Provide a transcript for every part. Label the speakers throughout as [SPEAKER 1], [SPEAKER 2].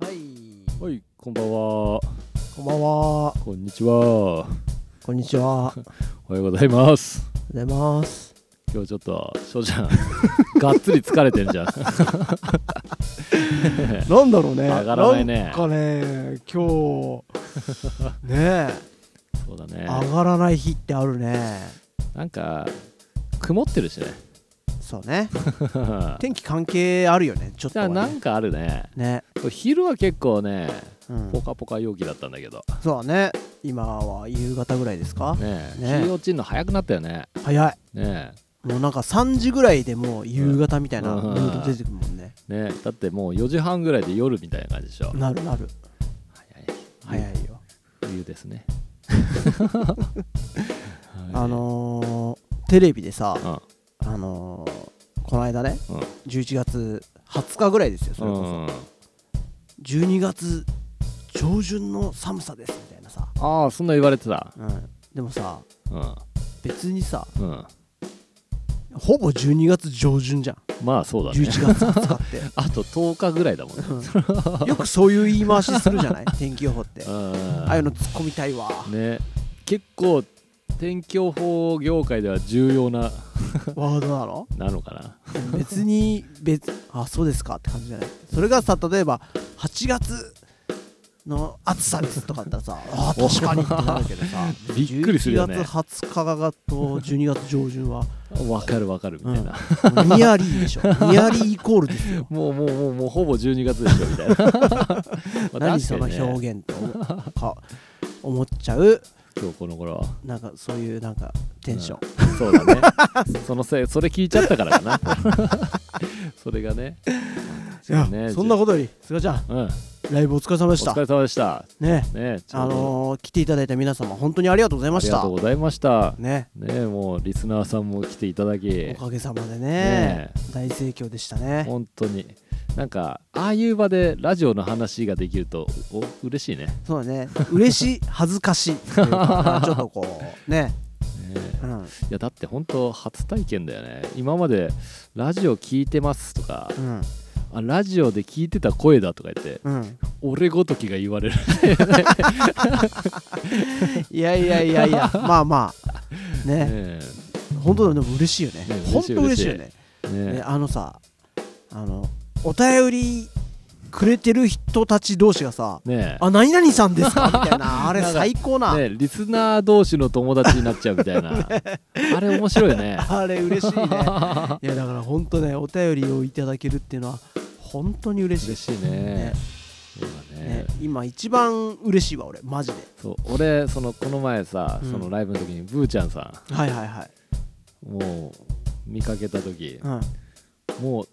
[SPEAKER 1] はい、
[SPEAKER 2] はい、こんばんは。
[SPEAKER 1] こんばんは。
[SPEAKER 2] こんにちは。
[SPEAKER 1] こんにちは。おはよ
[SPEAKER 2] おはようございます。
[SPEAKER 1] うございます。
[SPEAKER 2] 今日ちょっと、翔ちゃ ん、がっつり疲れてるじゃん。
[SPEAKER 1] なんだろうね。
[SPEAKER 2] 上がらないね
[SPEAKER 1] んかね、 今日ね
[SPEAKER 2] そうだ
[SPEAKER 1] え、
[SPEAKER 2] ね。
[SPEAKER 1] 上がらない日ってあるね。
[SPEAKER 2] なんか、曇ってるしね。
[SPEAKER 1] そう ね。
[SPEAKER 2] じゃ
[SPEAKER 1] 天気関係あるよね。ちょっと
[SPEAKER 2] あ、
[SPEAKER 1] は
[SPEAKER 2] な
[SPEAKER 1] ね。
[SPEAKER 2] んかあるね。
[SPEAKER 1] ね、
[SPEAKER 2] 昼は結構ね、
[SPEAKER 1] うん
[SPEAKER 2] ポカポカ陽気だったんだけど、
[SPEAKER 1] そうだね。今は夕方ぐらいですか。
[SPEAKER 2] ねえ
[SPEAKER 1] ねえ
[SPEAKER 2] 日落ちんの早くなったよね。
[SPEAKER 1] 早い。
[SPEAKER 2] ね
[SPEAKER 1] もうなんか3時ぐらいでもう夕方みたいな
[SPEAKER 2] う
[SPEAKER 1] ム
[SPEAKER 2] ん
[SPEAKER 1] ード出てくるもんね。
[SPEAKER 2] えねえだってもう4時半ぐらいで夜みたいな感じでしょ。
[SPEAKER 1] なるなる。
[SPEAKER 2] 早い。
[SPEAKER 1] 早いよ。
[SPEAKER 2] 冬ですね。はい
[SPEAKER 1] あ、のー、テレビでさ。
[SPEAKER 2] うん
[SPEAKER 1] あのーこの間ね、
[SPEAKER 2] うん
[SPEAKER 1] 11月20日ぐらいですよそれこそ、
[SPEAKER 2] うん
[SPEAKER 1] 12月上旬の寒さですみたいなさ、
[SPEAKER 2] ああ、そんな言われてた。
[SPEAKER 1] うん、でもさ
[SPEAKER 2] うん。
[SPEAKER 1] 別にさ
[SPEAKER 2] うん、
[SPEAKER 1] ほぼ12月上旬じゃん、
[SPEAKER 2] まあそうだ
[SPEAKER 1] 11
[SPEAKER 2] ね。
[SPEAKER 1] 月20日 って
[SPEAKER 2] あと10日ぐらいだもんね。
[SPEAKER 1] うんよくそういう言い回しするじゃない 天気予報って
[SPEAKER 2] う
[SPEAKER 1] あ
[SPEAKER 2] ん
[SPEAKER 1] あいうの突っ込みたい わ
[SPEAKER 2] ね、結構天気予報業界では重要な
[SPEAKER 1] ワードなの
[SPEAKER 2] なのかな。
[SPEAKER 1] 別に別あそうですかって感じじゃないそれがさ例えば8月の暑さですとかだったらさあー確かにってなるけどさ
[SPEAKER 2] びっくりするよね
[SPEAKER 1] 11月20日と12月上旬は
[SPEAKER 2] わかるわかるみたいな。
[SPEAKER 1] もうニアリーでし ょニアリーイコールですよ
[SPEAKER 2] もうもうもうもうほぼ12月でしょみ たいな。まあ
[SPEAKER 1] 何
[SPEAKER 2] 確
[SPEAKER 1] そ
[SPEAKER 2] か
[SPEAKER 1] の
[SPEAKER 2] にね
[SPEAKER 1] 表現とか思っちゃう
[SPEAKER 2] 今日この頃は。
[SPEAKER 1] なんかそういうなんかテンション、
[SPEAKER 2] そうだね。そのせい、それ聞いちゃったか らかな。それがね。
[SPEAKER 1] いや
[SPEAKER 2] ね
[SPEAKER 1] そんなことより菅ちゃん
[SPEAKER 2] うん。お
[SPEAKER 1] ライブお疲れ様でした
[SPEAKER 2] 疲れ様でした。
[SPEAKER 1] ね
[SPEAKER 2] ね、ちょ
[SPEAKER 1] あ
[SPEAKER 2] うど
[SPEAKER 1] のー来ていただいた皆様本当にありがとうございま
[SPEAKER 2] あり
[SPEAKER 1] し
[SPEAKER 2] が
[SPEAKER 1] た
[SPEAKER 2] とうございました。
[SPEAKER 1] ね
[SPEAKER 2] ね、もうリスナーさんも来ていただき。
[SPEAKER 1] おかげさまでね
[SPEAKER 2] ね
[SPEAKER 1] 大盛況でしたね
[SPEAKER 2] 本当になんかああいう場でラジオの話ができるとお嬉しいね
[SPEAKER 1] そうだね嬉しい恥ずかしいっていうかちょっとこうね、
[SPEAKER 2] ね
[SPEAKER 1] うん
[SPEAKER 2] いやだって本当初体験だよね今までラジオ聞いてますとか
[SPEAKER 1] うん
[SPEAKER 2] あラジオで聞いてた声だとか言って
[SPEAKER 1] うん、
[SPEAKER 2] 俺ごときが言われる
[SPEAKER 1] いやいやいやいや まあまあ ね
[SPEAKER 2] ね
[SPEAKER 1] 本当でも嬉しいよね
[SPEAKER 2] ね
[SPEAKER 1] 本当嬉しいよね
[SPEAKER 2] えね
[SPEAKER 1] ねあのさあのお便りくれてる人たち同士がさ
[SPEAKER 2] えね
[SPEAKER 1] 「あ何々さんですか?」みたいなあれ
[SPEAKER 2] なんか
[SPEAKER 1] 最高な、
[SPEAKER 2] えねえリスナー同士の友達になっちゃうみたい な、あれ面白いね
[SPEAKER 1] あれ嬉しい ねいやだから本当ねお便りをいただけるっていうのは本当に嬉しい
[SPEAKER 2] 嬉しいね
[SPEAKER 1] ね
[SPEAKER 2] そうだね
[SPEAKER 1] ね、今一番嬉しいわ俺マジで
[SPEAKER 2] そう俺そのこの前さ、
[SPEAKER 1] うん
[SPEAKER 2] そのライブの時にブーちゃんさん
[SPEAKER 1] はいはいはい、
[SPEAKER 2] もう見かけた時
[SPEAKER 1] うん、
[SPEAKER 2] もう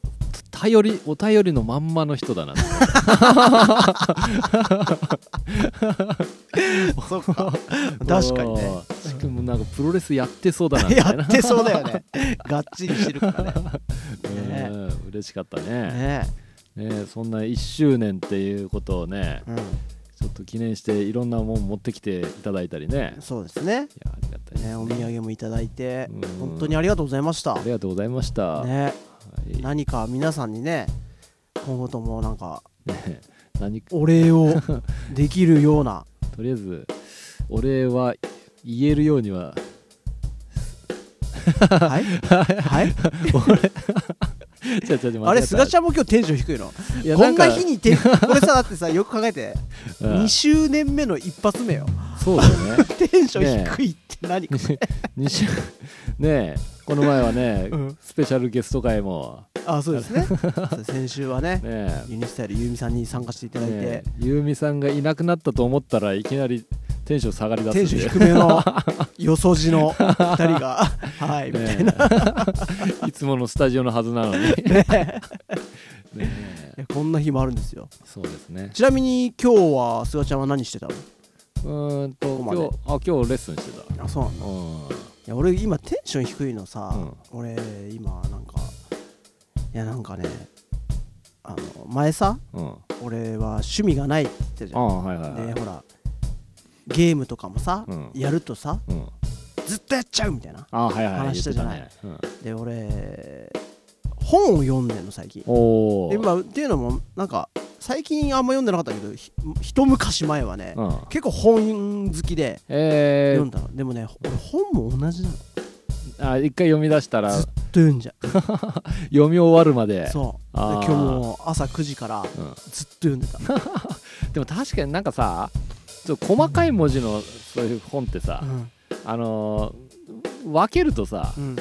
[SPEAKER 2] 頼りお便りのまんまの人だなって
[SPEAKER 1] そっか 確かにね
[SPEAKER 2] うんしかもなんかプロレスやってそうだなみた
[SPEAKER 1] や
[SPEAKER 2] いな
[SPEAKER 1] ってそうだよ ね がっちりしてるからねね
[SPEAKER 2] うん嬉しかったね
[SPEAKER 1] ね
[SPEAKER 2] ねそんな1周年っていうことをね
[SPEAKER 1] え、う
[SPEAKER 2] ちょっと記念していろんなもん持ってきていただいたりね
[SPEAKER 1] ん、そうですね
[SPEAKER 2] いやありがたいです、
[SPEAKER 1] ねお土産もいただいて
[SPEAKER 2] うん
[SPEAKER 1] 本当にありがとうございました
[SPEAKER 2] ありがとうございました、
[SPEAKER 1] ね
[SPEAKER 2] はい
[SPEAKER 1] 何か皆さんにね今後ともなんか
[SPEAKER 2] ね 何か
[SPEAKER 1] お礼 をできるような
[SPEAKER 2] とりあえずお礼は言えるようには
[SPEAKER 1] はいはい
[SPEAKER 2] 違う違う違う間違えた
[SPEAKER 1] あれ菅ちゃんも今日テンション低いの
[SPEAKER 2] いや
[SPEAKER 1] こんな
[SPEAKER 2] か
[SPEAKER 1] 日にテンこれさだってさよく考えて
[SPEAKER 2] うん
[SPEAKER 1] 2周年目の一発目よ
[SPEAKER 2] そうだよね
[SPEAKER 1] テンション低いって何か、
[SPEAKER 2] 二週 ねえこの前はね、
[SPEAKER 1] うん
[SPEAKER 2] スペシャルゲスト会も
[SPEAKER 1] あそうですねそう先週はね
[SPEAKER 2] ねえ
[SPEAKER 1] ユニスタイルゆうみさんに参加していただいて、
[SPEAKER 2] ねえゆうみさんがいなくなったと思ったらいきなりテンション下がりだった
[SPEAKER 1] テンション低めのよそじの2人がはい、みたいな
[SPEAKER 2] え いつものスタジオのはず なのにねえ
[SPEAKER 1] いやこんな日もあるんですよ
[SPEAKER 2] そうですね
[SPEAKER 1] ちなみに今日は菅ちゃんは何してたの
[SPEAKER 2] うーんと
[SPEAKER 1] こ
[SPEAKER 2] 今
[SPEAKER 1] まで
[SPEAKER 2] 日あ今日レッスンしてた
[SPEAKER 1] あそうなんだ
[SPEAKER 2] うん
[SPEAKER 1] いや俺今テンション低いのさ、
[SPEAKER 2] う
[SPEAKER 1] 俺今なんかいやなんかねあの前さ
[SPEAKER 2] うん
[SPEAKER 1] 俺は趣味がないって言ってたじ
[SPEAKER 2] あ
[SPEAKER 1] ゃん
[SPEAKER 2] あはいはいはい、
[SPEAKER 1] でほらゲームとかもさ、
[SPEAKER 2] うん
[SPEAKER 1] やるとさ
[SPEAKER 2] うん、
[SPEAKER 1] ずっとやっちゃうみたいな
[SPEAKER 2] ああはいはい
[SPEAKER 1] 話したじゃない
[SPEAKER 2] 言ってたね
[SPEAKER 1] で俺本を読んでんの最近
[SPEAKER 2] うん、おお
[SPEAKER 1] で今っていうのもなんか最近あんま読んでなかったけどひ一昔前はね、
[SPEAKER 2] うん
[SPEAKER 1] 結構本好きで
[SPEAKER 2] え
[SPEAKER 1] 読
[SPEAKER 2] ー
[SPEAKER 1] んだのでもね俺本も同じなのずっ
[SPEAKER 2] あ一回読み出したら
[SPEAKER 1] と読んじゃう
[SPEAKER 2] 読み終わるまで
[SPEAKER 1] そうで
[SPEAKER 2] あ
[SPEAKER 1] 今
[SPEAKER 2] ー
[SPEAKER 1] 日も朝9時から
[SPEAKER 2] うん
[SPEAKER 1] ずっと読んでた
[SPEAKER 2] でも確かになんかさちょっと細かい文字のそういう本ってさ、
[SPEAKER 1] うん
[SPEAKER 2] あのー分けるとさ、
[SPEAKER 1] うん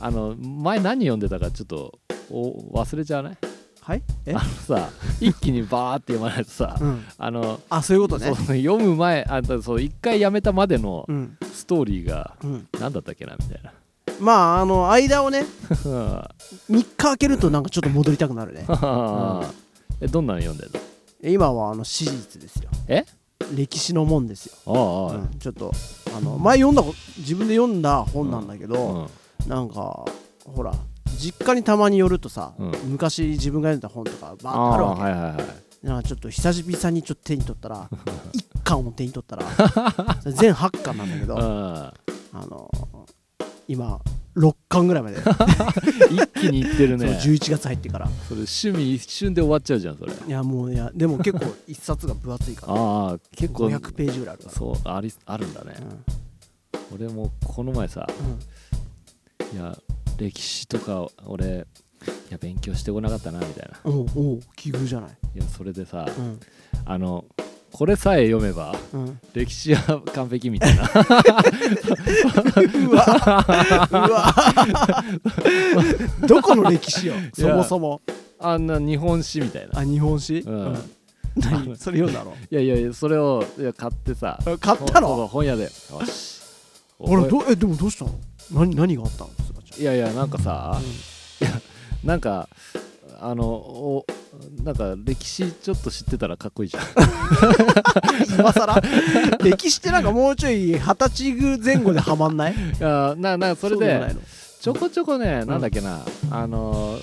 [SPEAKER 2] あの前何読んでたかちょっとお忘れちゃうね
[SPEAKER 1] はいえ
[SPEAKER 2] あのさ一気にバーって読まないとさ、
[SPEAKER 1] うん
[SPEAKER 2] あの
[SPEAKER 1] あそういうことね
[SPEAKER 2] そう読む前あだそう一回やめたまでの
[SPEAKER 1] うん
[SPEAKER 2] ストーリーが
[SPEAKER 1] うん
[SPEAKER 2] 何だったっけなみたいな
[SPEAKER 1] まああの間をね
[SPEAKER 2] は
[SPEAKER 1] 3日空けるとなんかちょっと戻りたくなるね
[SPEAKER 2] あ えどんなの読んでんの
[SPEAKER 1] 今はあの史実ですよ
[SPEAKER 2] え
[SPEAKER 1] 歴史のもんですよ、
[SPEAKER 2] ああ
[SPEAKER 1] うんちょっとあの前読んだこ自分で読んだ本なんだけ
[SPEAKER 2] ああ、う
[SPEAKER 1] ど、
[SPEAKER 2] ん
[SPEAKER 1] なんかほら実家にたまに寄るとさ、
[SPEAKER 2] うん
[SPEAKER 1] 昔自分が読んだ本とかバーッと
[SPEAKER 2] あ
[SPEAKER 1] ある
[SPEAKER 2] あ
[SPEAKER 1] わけ
[SPEAKER 2] はいはいはい
[SPEAKER 1] なんかちょっと久々にちょっと手に取った ら一巻を手に取ったらそれ全8巻なんだけど、
[SPEAKER 2] ああ
[SPEAKER 1] あの今6巻ぐらいま で、
[SPEAKER 2] 一気にいってる
[SPEAKER 1] そう
[SPEAKER 2] ね
[SPEAKER 1] 11月入ってから
[SPEAKER 2] それ趣味一瞬で終わっちゃうじゃんそれ
[SPEAKER 1] いやもういやでも結構一冊が分厚いから
[SPEAKER 2] ああ結構
[SPEAKER 1] 500ページぐらいあるか
[SPEAKER 2] そうありあるんだね
[SPEAKER 1] ら、
[SPEAKER 2] 俺もこの前さ
[SPEAKER 1] うんうん
[SPEAKER 2] いや歴史とか俺いや勉強してこなかったなみたいな
[SPEAKER 1] おうおう奇遇じゃない、
[SPEAKER 2] いやそれでさ
[SPEAKER 1] うん
[SPEAKER 2] あのこれさえ読めば
[SPEAKER 1] うん、
[SPEAKER 2] 歴史は完璧みたいな
[SPEAKER 1] うわうわどこの歴史よそもそも
[SPEAKER 2] あんな日本史みたいな
[SPEAKER 1] あ日本史、
[SPEAKER 2] うん
[SPEAKER 1] 何それ読んだの
[SPEAKER 2] いやいやいやそれをいや買ってさ
[SPEAKER 1] あ買った
[SPEAKER 2] ほほ
[SPEAKER 1] の
[SPEAKER 2] 本屋でよし
[SPEAKER 1] あら
[SPEAKER 2] 覚
[SPEAKER 1] どえでもどうしたの何何があったのすがち
[SPEAKER 2] えいやいやなんかさ
[SPEAKER 1] ゃん、
[SPEAKER 2] なんかあのおなんか歴史ちょっと知ってたらかっこいいじゃん
[SPEAKER 1] うん、今更 歴史ってなんかもうちょい二十歳前後ではまんない
[SPEAKER 2] あなな それ
[SPEAKER 1] う
[SPEAKER 2] で
[SPEAKER 1] もないの
[SPEAKER 2] ちょこちょこね、なんだっけなあの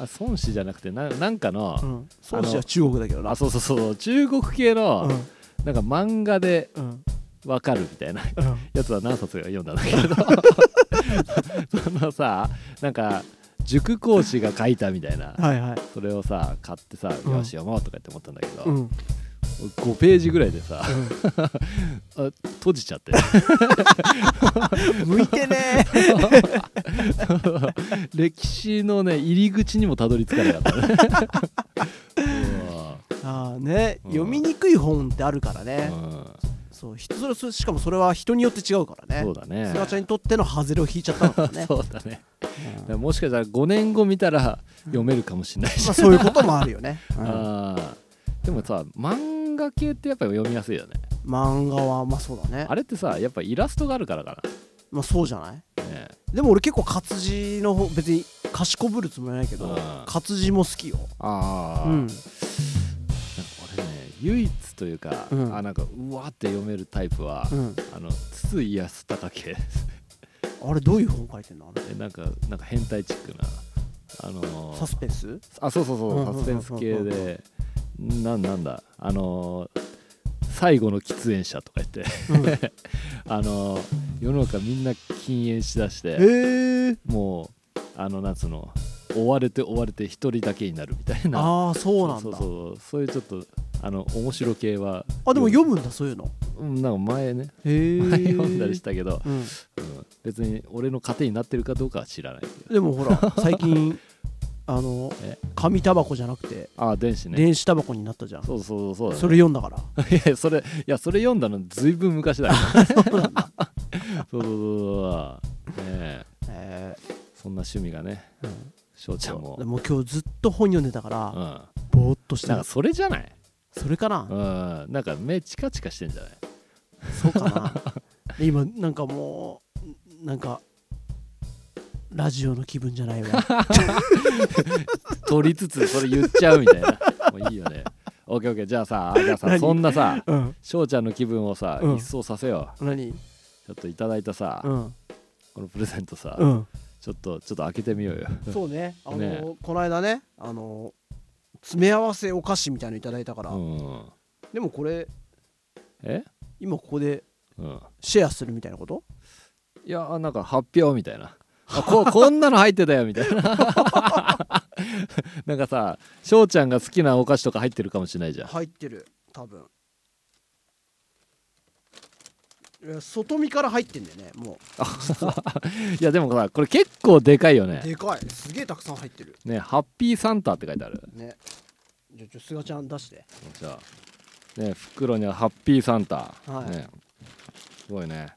[SPEAKER 2] あ孫子じゃなくてななんかの、
[SPEAKER 1] うん孫子は中国だけどな
[SPEAKER 2] あそうそうそう中国系の、
[SPEAKER 1] うん
[SPEAKER 2] なんか漫画で
[SPEAKER 1] うん
[SPEAKER 2] わかるみ たいな
[SPEAKER 1] うん
[SPEAKER 2] やつは何冊か読んだんだけど そのさなんか塾講師が書いたみたいな
[SPEAKER 1] はいはい
[SPEAKER 2] それをさ買ってさ、
[SPEAKER 1] うん
[SPEAKER 2] よし読もうとかって思ったんだけど、
[SPEAKER 1] うん
[SPEAKER 2] 5ページぐらいでさ、 あ閉じちゃって
[SPEAKER 1] 向いて ね
[SPEAKER 2] 歴史のね入り口にもたどり着かなかった ねうわ
[SPEAKER 1] ああね、
[SPEAKER 2] うん
[SPEAKER 1] 読みにくい本ってあるからね、
[SPEAKER 2] う
[SPEAKER 1] そう人それそれしかもそれは人によって違うから
[SPEAKER 2] ん
[SPEAKER 1] ね
[SPEAKER 2] そうだね
[SPEAKER 1] すがちゃんにとってのハズレを引いちゃったのかもね
[SPEAKER 2] そうだね
[SPEAKER 1] うん
[SPEAKER 2] だからもしかしたら5年後見たら読めるかもしれないし
[SPEAKER 1] まあ、そういうこともあるよね、 うん
[SPEAKER 2] あーでもさ漫画系ってやっぱ読みやすいよね
[SPEAKER 1] 漫画はまあそうだね
[SPEAKER 2] あれってさやっぱイラストがあるからか
[SPEAKER 1] まあそうじゃない
[SPEAKER 2] な、ね、
[SPEAKER 1] でも俺結構活字の方別に賢ぶるつもりはないけど
[SPEAKER 2] うん
[SPEAKER 1] 活字も好きよ
[SPEAKER 2] あ
[SPEAKER 1] うん
[SPEAKER 2] 俺ね唯一というか、
[SPEAKER 1] うん
[SPEAKER 2] あなんかうわーって読めるタイプは、
[SPEAKER 1] うん
[SPEAKER 2] あの筒井康隆 系
[SPEAKER 1] あれどういう本書いてんのあれ
[SPEAKER 2] えなんかなんか変態チックなあのー
[SPEAKER 1] サスペンス
[SPEAKER 2] あそうそうそううん
[SPEAKER 1] うんうんうん
[SPEAKER 2] サスペンス系でなんなんだあのー最後の喫煙者とか言って
[SPEAKER 1] うんへ
[SPEAKER 2] あの世の中みんな禁煙しだして
[SPEAKER 1] え
[SPEAKER 2] もうあのなんつうの追われて追われて一人だけになるみたいな
[SPEAKER 1] ああそうなん
[SPEAKER 2] そう
[SPEAKER 1] だ
[SPEAKER 2] そうそういうちょっとあの面白系は
[SPEAKER 1] あでも読むんだそういうの
[SPEAKER 2] うんなんか前ね
[SPEAKER 1] へえ
[SPEAKER 2] 前読んだりしたけど、
[SPEAKER 1] うん
[SPEAKER 2] うん別に俺の糧になってるかどうかは知らないけど
[SPEAKER 1] でもほ ら最近あの
[SPEAKER 2] え
[SPEAKER 1] 紙タバコじゃなくて
[SPEAKER 2] ああ電子ね
[SPEAKER 1] 電子タバコになったじゃん
[SPEAKER 2] そうそうそ
[SPEAKER 1] そ
[SPEAKER 2] うそうだね
[SPEAKER 1] れ読んだ から
[SPEAKER 2] いやそれいやそれ読んだのずいぶん 昔だよそうそうそうそうねえ
[SPEAKER 1] え
[SPEAKER 2] そんな趣味がね
[SPEAKER 1] ー
[SPEAKER 2] 翔ちゃんも
[SPEAKER 1] でも今日ずっと本読んでたから
[SPEAKER 2] うん、な
[SPEAKER 1] ぼーっとして
[SPEAKER 2] んか
[SPEAKER 1] る
[SPEAKER 2] それじゃない
[SPEAKER 1] それかな
[SPEAKER 2] うん、なんか目チカチカしてんじゃない
[SPEAKER 1] そうかな で今なんかもうなんかラジオの気分じゃないわ
[SPEAKER 2] 取りつつそれ言っちゃうみたいなもういいよねオッケーオッケーじゃあさじゃあさ
[SPEAKER 1] 何
[SPEAKER 2] そんなさ
[SPEAKER 1] うん
[SPEAKER 2] 翔ちゃんの気分をさ、
[SPEAKER 1] うん
[SPEAKER 2] 一掃させよ
[SPEAKER 1] 何
[SPEAKER 2] うちょっといただいたさ、
[SPEAKER 1] うん
[SPEAKER 2] このプレゼントさ、
[SPEAKER 1] うん
[SPEAKER 2] ちょっとちょっと開けてみようよ
[SPEAKER 1] そうねあの
[SPEAKER 2] ね
[SPEAKER 1] この間ねあの詰め合わせお菓子みたいのいただいたから、
[SPEAKER 2] うん
[SPEAKER 1] でもこれ
[SPEAKER 2] え、
[SPEAKER 1] 今ここで
[SPEAKER 2] うん、
[SPEAKER 1] シェアするみたいなこと
[SPEAKER 2] い やなんか発表みたいなあここんなの入ってたよみたいな なんかさ翔ちゃんが好きなお菓子とか入ってるかもしれないじゃん
[SPEAKER 1] 入ってる多分いや外見から入ってんだよねも
[SPEAKER 2] いやでもさこれ結構でかいよ
[SPEAKER 1] う
[SPEAKER 2] ね
[SPEAKER 1] でかいすげえたくさん入ってる
[SPEAKER 2] ねハッピーサンタって書いてある
[SPEAKER 1] ねじゃあちょすがちゃん出して
[SPEAKER 2] じゃあね袋にはハッピーサンタ、
[SPEAKER 1] はい
[SPEAKER 2] ね、すごいね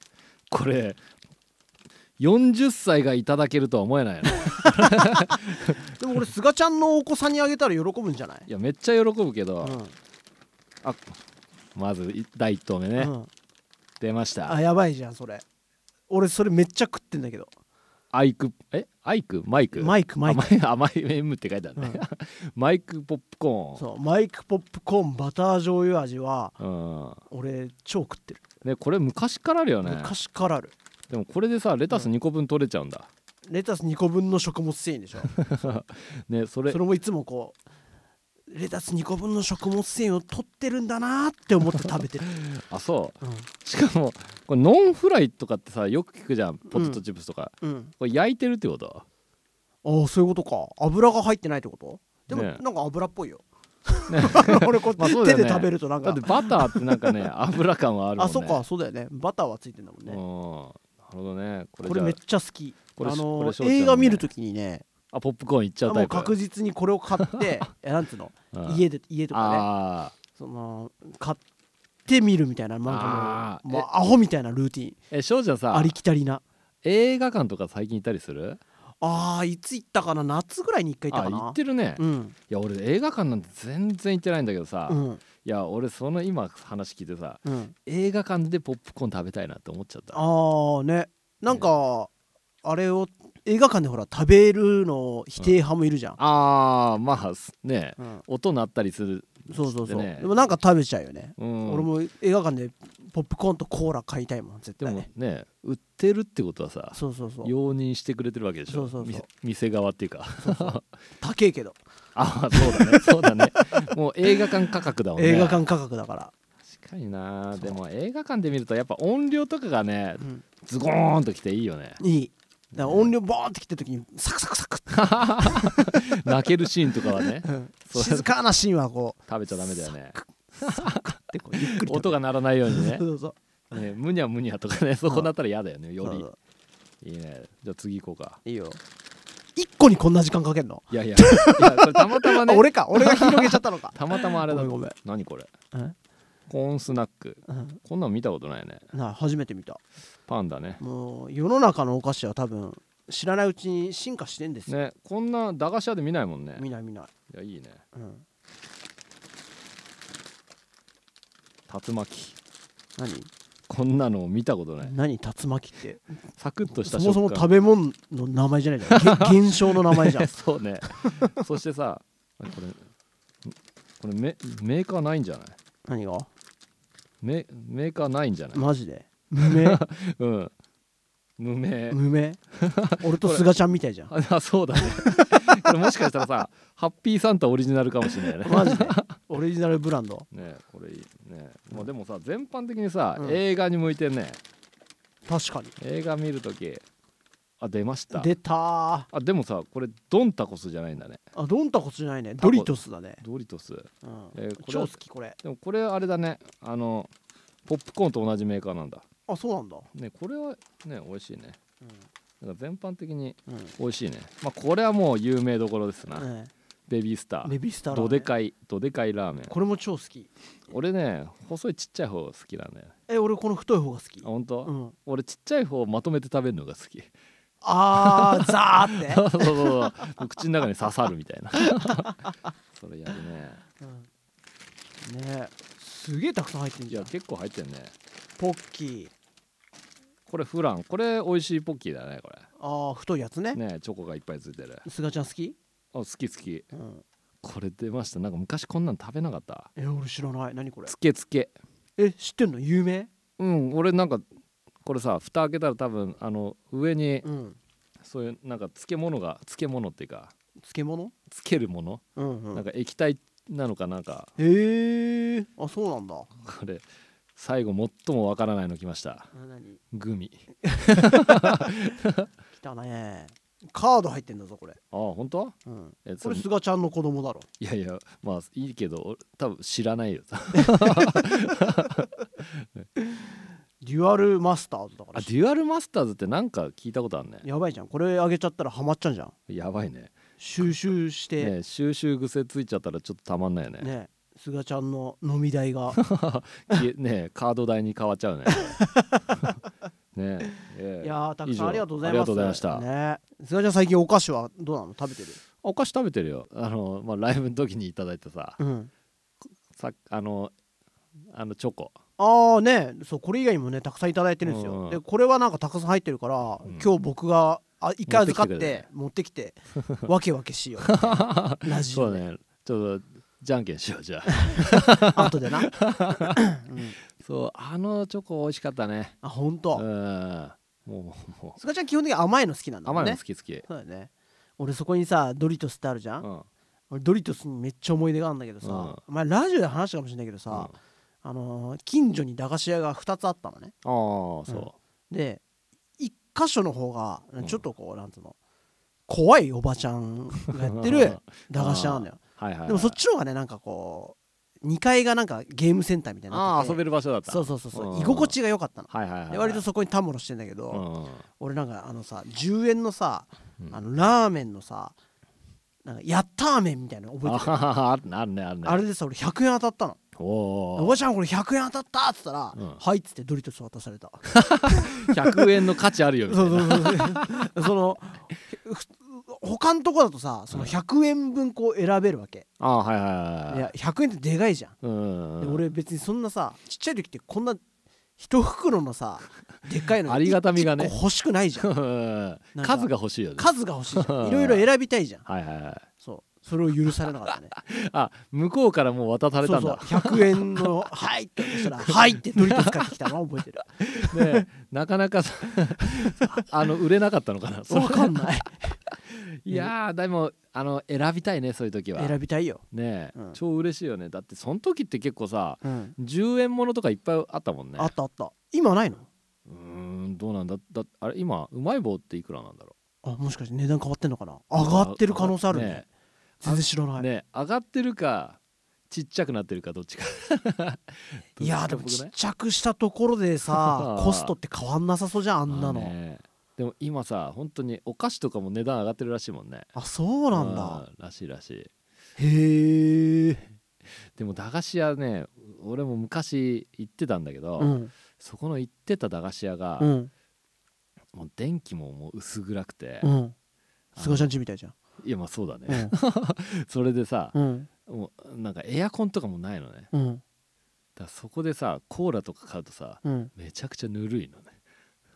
[SPEAKER 2] これ40歳がいただけるとは思えないよね
[SPEAKER 1] でも俺すがちゃんのお子さんにあげたら喜ぶんじゃない
[SPEAKER 2] いやめっちゃ喜ぶけど、
[SPEAKER 1] うん
[SPEAKER 2] まずい第1投目ね、
[SPEAKER 1] うん
[SPEAKER 2] 出ました
[SPEAKER 1] あやばいじゃんそれ俺それめっちゃ食ってんだけど
[SPEAKER 2] アイクえアイクマイク
[SPEAKER 1] マ
[SPEAKER 2] イ
[SPEAKER 1] イクマイク
[SPEAKER 2] ク 甘い M って書いてあるね、マイクポップコーン
[SPEAKER 1] そうマイクポップコーンバター醤油味は
[SPEAKER 2] うん
[SPEAKER 1] 俺超食ってる、
[SPEAKER 2] ねこれ昔からあるよね
[SPEAKER 1] 昔からある
[SPEAKER 2] でもこれでさレタス2個分取れちゃうんだ、
[SPEAKER 1] レタス2個分の食物繊維で しょ
[SPEAKER 2] ねそれ
[SPEAKER 1] それもいつもこうレタス2個分の食物繊維を取ってるんだなって思って食べ てる、
[SPEAKER 2] あそう
[SPEAKER 1] うん
[SPEAKER 2] しかもこれノンフライとかってさよく聞くじゃんポテトチップスとか、
[SPEAKER 1] うん、
[SPEAKER 2] これ焼いてるってこと
[SPEAKER 1] ああそういうことか油が入ってないってことでも、
[SPEAKER 2] ね
[SPEAKER 1] なんか油っぽいよ
[SPEAKER 2] ね
[SPEAKER 1] 俺こう、
[SPEAKER 2] まあそう
[SPEAKER 1] 手
[SPEAKER 2] だよね
[SPEAKER 1] で食べるとなん
[SPEAKER 2] だ
[SPEAKER 1] か
[SPEAKER 2] ってバターってなんか ね油感はあるもん
[SPEAKER 1] あ
[SPEAKER 2] ね
[SPEAKER 1] そっかそうだよねバターはついてんだもん
[SPEAKER 2] うん
[SPEAKER 1] ね、
[SPEAKER 2] なるほどねこれ
[SPEAKER 1] こ
[SPEAKER 2] じ
[SPEAKER 1] れ
[SPEAKER 2] ゃあ
[SPEAKER 1] めっちゃ好き
[SPEAKER 2] これ
[SPEAKER 1] あ
[SPEAKER 2] こ
[SPEAKER 1] の
[SPEAKER 2] れ
[SPEAKER 1] ー
[SPEAKER 2] 翔ちゃんのね
[SPEAKER 1] 映画見るときにね
[SPEAKER 2] あポップコーンいっちゃうタ
[SPEAKER 1] もう
[SPEAKER 2] イプ
[SPEAKER 1] 確実にこれを買って いやなんつうの、
[SPEAKER 2] うん
[SPEAKER 1] 家で家とかね
[SPEAKER 2] あ
[SPEAKER 1] その買ってみるみたいななんか
[SPEAKER 2] あー
[SPEAKER 1] もうもうアホみたいなルーティン
[SPEAKER 2] ーえ翔ちゃんさ
[SPEAKER 1] ありきたりな
[SPEAKER 2] 映画館とか最近行ったりする
[SPEAKER 1] あーいつ行ったかな夏ぐらいに一回行っ
[SPEAKER 2] あ
[SPEAKER 1] たかな
[SPEAKER 2] 行ってるね、い
[SPEAKER 1] うん
[SPEAKER 2] や俺映画館なんて全然行ってないんだけどさ、
[SPEAKER 1] う
[SPEAKER 2] い
[SPEAKER 1] ん
[SPEAKER 2] や俺その今話聞いてさ
[SPEAKER 1] うん
[SPEAKER 2] 映画館でポップコーン食べたいなって思っちゃった
[SPEAKER 1] ああねなんかあれを映画館でほら食べるの否定派もいるじゃん、
[SPEAKER 2] あーまあすね
[SPEAKER 1] うん
[SPEAKER 2] 音鳴ったりする
[SPEAKER 1] そうそうそう、
[SPEAKER 2] でね
[SPEAKER 1] でもなんか食べちゃうよね、
[SPEAKER 2] うん
[SPEAKER 1] 俺も映画館でポップコーンとコーラ買いたいもん絶
[SPEAKER 2] で
[SPEAKER 1] 対
[SPEAKER 2] も
[SPEAKER 1] ね
[SPEAKER 2] ね売ってるってことはさ
[SPEAKER 1] そうそうそう
[SPEAKER 2] 容認してくれてるわけでしょ
[SPEAKER 1] そうそうそう
[SPEAKER 2] 店店側っていうか
[SPEAKER 1] 高えけど、
[SPEAKER 2] ああそうだねそうだねもう映画館価格だもんね
[SPEAKER 1] 映画館価格だから、
[SPEAKER 2] 確かにな
[SPEAKER 1] そう
[SPEAKER 2] でも映画館で見るとやっぱ音量とかがね
[SPEAKER 1] うん、
[SPEAKER 2] ズゴーンときていいよね
[SPEAKER 1] いいだから音量ボーンってきた時にサクサクサクって
[SPEAKER 2] 泣けるシーンとかはねそう
[SPEAKER 1] 静かなシーンはこう
[SPEAKER 2] 食べちゃダメだよね
[SPEAKER 1] でこうゆっくり
[SPEAKER 2] 音が鳴らないよう にね
[SPEAKER 1] そうそうそう
[SPEAKER 2] ねむにゃむにゃとかねそこなったら嫌だよねよ
[SPEAKER 1] そうそう
[SPEAKER 2] りいいねじゃあ次行こ うか
[SPEAKER 1] いいよ一個にこんな時間かけんの、
[SPEAKER 2] いやい やいやこれたまたま
[SPEAKER 1] あ
[SPEAKER 2] ね
[SPEAKER 1] 俺か俺が広げちゃったのか
[SPEAKER 2] たまたまあれ
[SPEAKER 1] ご
[SPEAKER 2] だ
[SPEAKER 1] めんごめん
[SPEAKER 2] 何これ
[SPEAKER 1] え
[SPEAKER 2] コーンスナック
[SPEAKER 1] うん
[SPEAKER 2] こんなん見たことないね
[SPEAKER 1] な初めて見た
[SPEAKER 2] パンだね
[SPEAKER 1] もう世の中のお菓子は多分知らないうちに進化してんですよ、
[SPEAKER 2] ねこんな駄菓子屋で見ないもんね
[SPEAKER 1] 見ない見ない、
[SPEAKER 2] いやいいね
[SPEAKER 1] うん、
[SPEAKER 2] 竜巻
[SPEAKER 1] 何
[SPEAKER 2] こんなの見たことない
[SPEAKER 1] 何竜巻って
[SPEAKER 2] サクッとし
[SPEAKER 1] そ
[SPEAKER 2] た
[SPEAKER 1] も
[SPEAKER 2] 食
[SPEAKER 1] そ
[SPEAKER 2] 感
[SPEAKER 1] も食べ物の名前じゃないじゃん げ現象の名前じゃん
[SPEAKER 2] そうねそしてさこれこれメメーカーないんじゃない
[SPEAKER 1] 何が
[SPEAKER 2] メメーカーないんじゃない、
[SPEAKER 1] マジで無名
[SPEAKER 2] うん無名
[SPEAKER 1] 無 名俺と菅ちゃんみたいじゃん
[SPEAKER 2] あそ うだねこれもしかしたらさハッピーサンタオリジナルかもしれ ないね
[SPEAKER 1] マ ジでオリジナルブランド
[SPEAKER 2] ねこれいいね、まあ、でもさ全般的にさ、
[SPEAKER 1] うん
[SPEAKER 2] 映画に向いてんね
[SPEAKER 1] 確かに
[SPEAKER 2] 映画見るときあ出ました
[SPEAKER 1] 出たーあ
[SPEAKER 2] あでもさこれドンタコスじゃないんだね
[SPEAKER 1] ドンタコスじゃないね
[SPEAKER 2] タコ
[SPEAKER 1] ドリトスだね、
[SPEAKER 2] ドリトス
[SPEAKER 1] うん
[SPEAKER 2] えーこれ
[SPEAKER 1] 超
[SPEAKER 2] は
[SPEAKER 1] 好きこれ
[SPEAKER 2] でもこれあれだねあのポップコーンと同じメーカーなんだ
[SPEAKER 1] あそうなんだ、
[SPEAKER 2] ねこれはね美味しいねなんか全般的に
[SPEAKER 1] うんうん
[SPEAKER 2] 美味しいねまあこれはもう有名どころですな、
[SPEAKER 1] ね
[SPEAKER 2] ベビースター
[SPEAKER 1] ベビースターラーメ
[SPEAKER 2] ど
[SPEAKER 1] ン
[SPEAKER 2] でかいどでかいラーメン
[SPEAKER 1] これも超好き
[SPEAKER 2] 俺ね細いちっちゃい方好きなんだよね
[SPEAKER 1] え俺この太い方が好き
[SPEAKER 2] あ本当、
[SPEAKER 1] うん、
[SPEAKER 2] 俺ちっちゃい方をまとめて食べるのが好き
[SPEAKER 1] あーザーって
[SPEAKER 2] そうそうそうそう口の中に刺さるみたいな それやるね
[SPEAKER 1] ねえすげえたくさん入ってん
[SPEAKER 2] い
[SPEAKER 1] じゃ
[SPEAKER 2] や
[SPEAKER 1] ん
[SPEAKER 2] 結構入ってんね
[SPEAKER 1] ポッキー
[SPEAKER 2] これフランこれ美味しいポッキーだねこ
[SPEAKER 1] あー太いやつね
[SPEAKER 2] れねチョコがいっぱいついてるあ
[SPEAKER 1] すがちゃん好き、
[SPEAKER 2] 好き好き
[SPEAKER 1] うん、
[SPEAKER 2] これ出ましたなんか昔こんなん食べなかった
[SPEAKER 1] え俺知らない何これ
[SPEAKER 2] つけつけ
[SPEAKER 1] え知ってんの有名
[SPEAKER 2] うん俺なんかこれさ蓋開けたら多分あの上に
[SPEAKER 1] うん
[SPEAKER 2] そういうなんか漬物が漬物っていうか
[SPEAKER 1] 漬物
[SPEAKER 2] つけるもの、
[SPEAKER 1] うんう
[SPEAKER 2] なん
[SPEAKER 1] ん
[SPEAKER 2] か液体なのかなんか
[SPEAKER 1] へえあそうなんだ
[SPEAKER 2] これ最後最もわからないのきました
[SPEAKER 1] な何
[SPEAKER 2] グミ
[SPEAKER 1] 来たねカード入ってんだぞこれ、
[SPEAKER 2] あ本当
[SPEAKER 1] うん、
[SPEAKER 2] えそ
[SPEAKER 1] こ
[SPEAKER 2] れ
[SPEAKER 1] れ菅ちゃんの子供だろ
[SPEAKER 2] いやいやまあいいけど俺多分知らないよ
[SPEAKER 1] デュアルマスターズだか
[SPEAKER 2] あ
[SPEAKER 1] ら
[SPEAKER 2] デュアルマスターズってなんか聞いたことあるね
[SPEAKER 1] やばいじゃんこれあげちゃったらハマっちゃうじゃん
[SPEAKER 2] やばいね
[SPEAKER 1] 収集してね
[SPEAKER 2] ね収集癖ついちゃったらちょっとたまんないよね
[SPEAKER 1] 菅ちゃんの飲み代が
[SPEAKER 2] 消えねカード代に変わっちゃう ねねえ
[SPEAKER 1] いやーたく
[SPEAKER 2] 以
[SPEAKER 1] さん
[SPEAKER 2] 上
[SPEAKER 1] ありがとうございます
[SPEAKER 2] ありがとうございました
[SPEAKER 1] ね菅ちゃん最近お菓子はどうなの食べてる
[SPEAKER 2] お菓子食べてるよあの、まあ、ライブの時にいただいたさ
[SPEAKER 1] うん
[SPEAKER 2] さあのあのチョコ
[SPEAKER 1] ああねそうこれ以外にもねたくさんいただいてるんですよ、
[SPEAKER 2] うんうん
[SPEAKER 1] でこれはなんかたくさん入ってるから、
[SPEAKER 2] うん
[SPEAKER 1] 今日僕があ一回預かっ
[SPEAKER 2] ね
[SPEAKER 1] て持ってきてわけわけしようって ラジ
[SPEAKER 2] そ
[SPEAKER 1] オ
[SPEAKER 2] う
[SPEAKER 1] で、
[SPEAKER 2] ねちょっとじゃんけんしようじゃあ
[SPEAKER 1] 後でな、うん
[SPEAKER 2] そうあのチョコ美味しかったね
[SPEAKER 1] あ本
[SPEAKER 2] う
[SPEAKER 1] 当。
[SPEAKER 2] んもうも
[SPEAKER 1] 菅ちゃん基本的に甘いの好きなん
[SPEAKER 2] う
[SPEAKER 1] だも
[SPEAKER 2] 甘
[SPEAKER 1] ん
[SPEAKER 2] いの
[SPEAKER 1] ね
[SPEAKER 2] 好き好き、
[SPEAKER 1] そうだよね俺そこにさドリトスってあるじゃ、
[SPEAKER 2] うんん
[SPEAKER 1] 俺ドリトスにめっちゃ思い出があるんだけどさ、お前ラジオで話したかもしれないけどさ、
[SPEAKER 2] うん
[SPEAKER 1] あのー近所に駄菓子屋が2つあったのね
[SPEAKER 2] ああそ
[SPEAKER 1] で1箇所の方が
[SPEAKER 2] うん
[SPEAKER 1] ちょっとこう、なんつうの怖いおばちゃんがや
[SPEAKER 2] う、
[SPEAKER 1] ってる駄菓子屋なんだよ
[SPEAKER 2] はいはいはい
[SPEAKER 1] でもそっちの方がねなんかこう2階がなんかゲームセンターみたいにな
[SPEAKER 2] あ
[SPEAKER 1] っ
[SPEAKER 2] あ
[SPEAKER 1] てて
[SPEAKER 2] 遊べる場所だった
[SPEAKER 1] そうそうそうそううん居心地が良かったの
[SPEAKER 2] はいはいはいはい
[SPEAKER 1] で割とそこにたむろしてんだけ
[SPEAKER 2] うん
[SPEAKER 1] ど
[SPEAKER 2] うん
[SPEAKER 1] 俺なんかあのさ10円のさ
[SPEAKER 2] うん
[SPEAKER 1] あのラーメンのさなんかやったーめんみたいなの覚えてる
[SPEAKER 2] あーあるねあるね
[SPEAKER 1] あれでさ俺100円当たったの
[SPEAKER 2] お
[SPEAKER 1] 「
[SPEAKER 2] お
[SPEAKER 1] おばちゃんこれ100円当たった!」っつったら「
[SPEAKER 2] うん
[SPEAKER 1] はい」っつってドリトス渡された
[SPEAKER 2] 100円の価値あるよみた
[SPEAKER 1] そ
[SPEAKER 2] いうな
[SPEAKER 1] そうそう そのふ他のとこだとさその100円分こう選べるわけ
[SPEAKER 2] ああはいはいはい
[SPEAKER 1] いや100円ってでかいじゃん
[SPEAKER 2] うんうんうん
[SPEAKER 1] で俺別にそんなさちっちゃい時ってこんな一袋の さでっかいの
[SPEAKER 2] ありがたみがね
[SPEAKER 1] 一個欲しくないじ ゃんなんか
[SPEAKER 2] 数が欲しいよね
[SPEAKER 1] 数が欲しいじゃんいろいろ選びたいじゃん
[SPEAKER 2] はいはいはい
[SPEAKER 1] そうそれを許されなかったね
[SPEAKER 2] あ向こうからもう渡 されたんだ
[SPEAKER 1] そうそう100円の 「はい」ってそしたら「はい」ってドリトス買ってきたの覚えてる
[SPEAKER 2] ねえなかな かさあの売れなかったのかな そう
[SPEAKER 1] わかん ない
[SPEAKER 2] いやーでもあの選びたいねそういう時は
[SPEAKER 1] 選びたいよ、
[SPEAKER 2] ねえ、
[SPEAKER 1] うん
[SPEAKER 2] 超嬉しいよねだってその時って結構さ
[SPEAKER 1] うん
[SPEAKER 2] 10円ものとかいっぱいあったもんね
[SPEAKER 1] あったあった今ないの
[SPEAKER 2] うーんどうなんだだあれ今うまい棒っていくらなんだろ
[SPEAKER 1] あもしかして値段変わってんのかな
[SPEAKER 2] う
[SPEAKER 1] 上がってる可能性あるね
[SPEAKER 2] ね
[SPEAKER 1] 全然知らな
[SPEAKER 2] え
[SPEAKER 1] い、
[SPEAKER 2] ねえ上がってるかちっちゃくなってるかどっちか
[SPEAKER 1] いやーで
[SPEAKER 2] どっ
[SPEAKER 1] も
[SPEAKER 2] ち
[SPEAKER 1] ち
[SPEAKER 2] か
[SPEAKER 1] っ
[SPEAKER 2] っ
[SPEAKER 1] ちゃくしたところで さコストって変わんなさそうじゃんあ
[SPEAKER 2] ぽくい
[SPEAKER 1] んなの、
[SPEAKER 2] まあねでも今さ本当にお菓子とかも値段上がってるらしいもんね
[SPEAKER 1] あそうなんだ
[SPEAKER 2] うんらしいらしい
[SPEAKER 1] へえ、
[SPEAKER 2] でも駄菓子屋ね俺も昔行ってたんだけど、
[SPEAKER 1] うん
[SPEAKER 2] そこの行ってた駄菓子屋が、
[SPEAKER 1] うん
[SPEAKER 2] もう電気ももう薄暗くて、
[SPEAKER 1] うん菅ちゃんちみたいじゃん
[SPEAKER 2] いやまあそうだね、
[SPEAKER 1] う
[SPEAKER 2] それでさ、
[SPEAKER 1] ん
[SPEAKER 2] もうなんかエアコンとかもないのねだか
[SPEAKER 1] うん
[SPEAKER 2] らそこでさコーラとか買うとさ
[SPEAKER 1] うん
[SPEAKER 2] めちゃくちゃぬるいの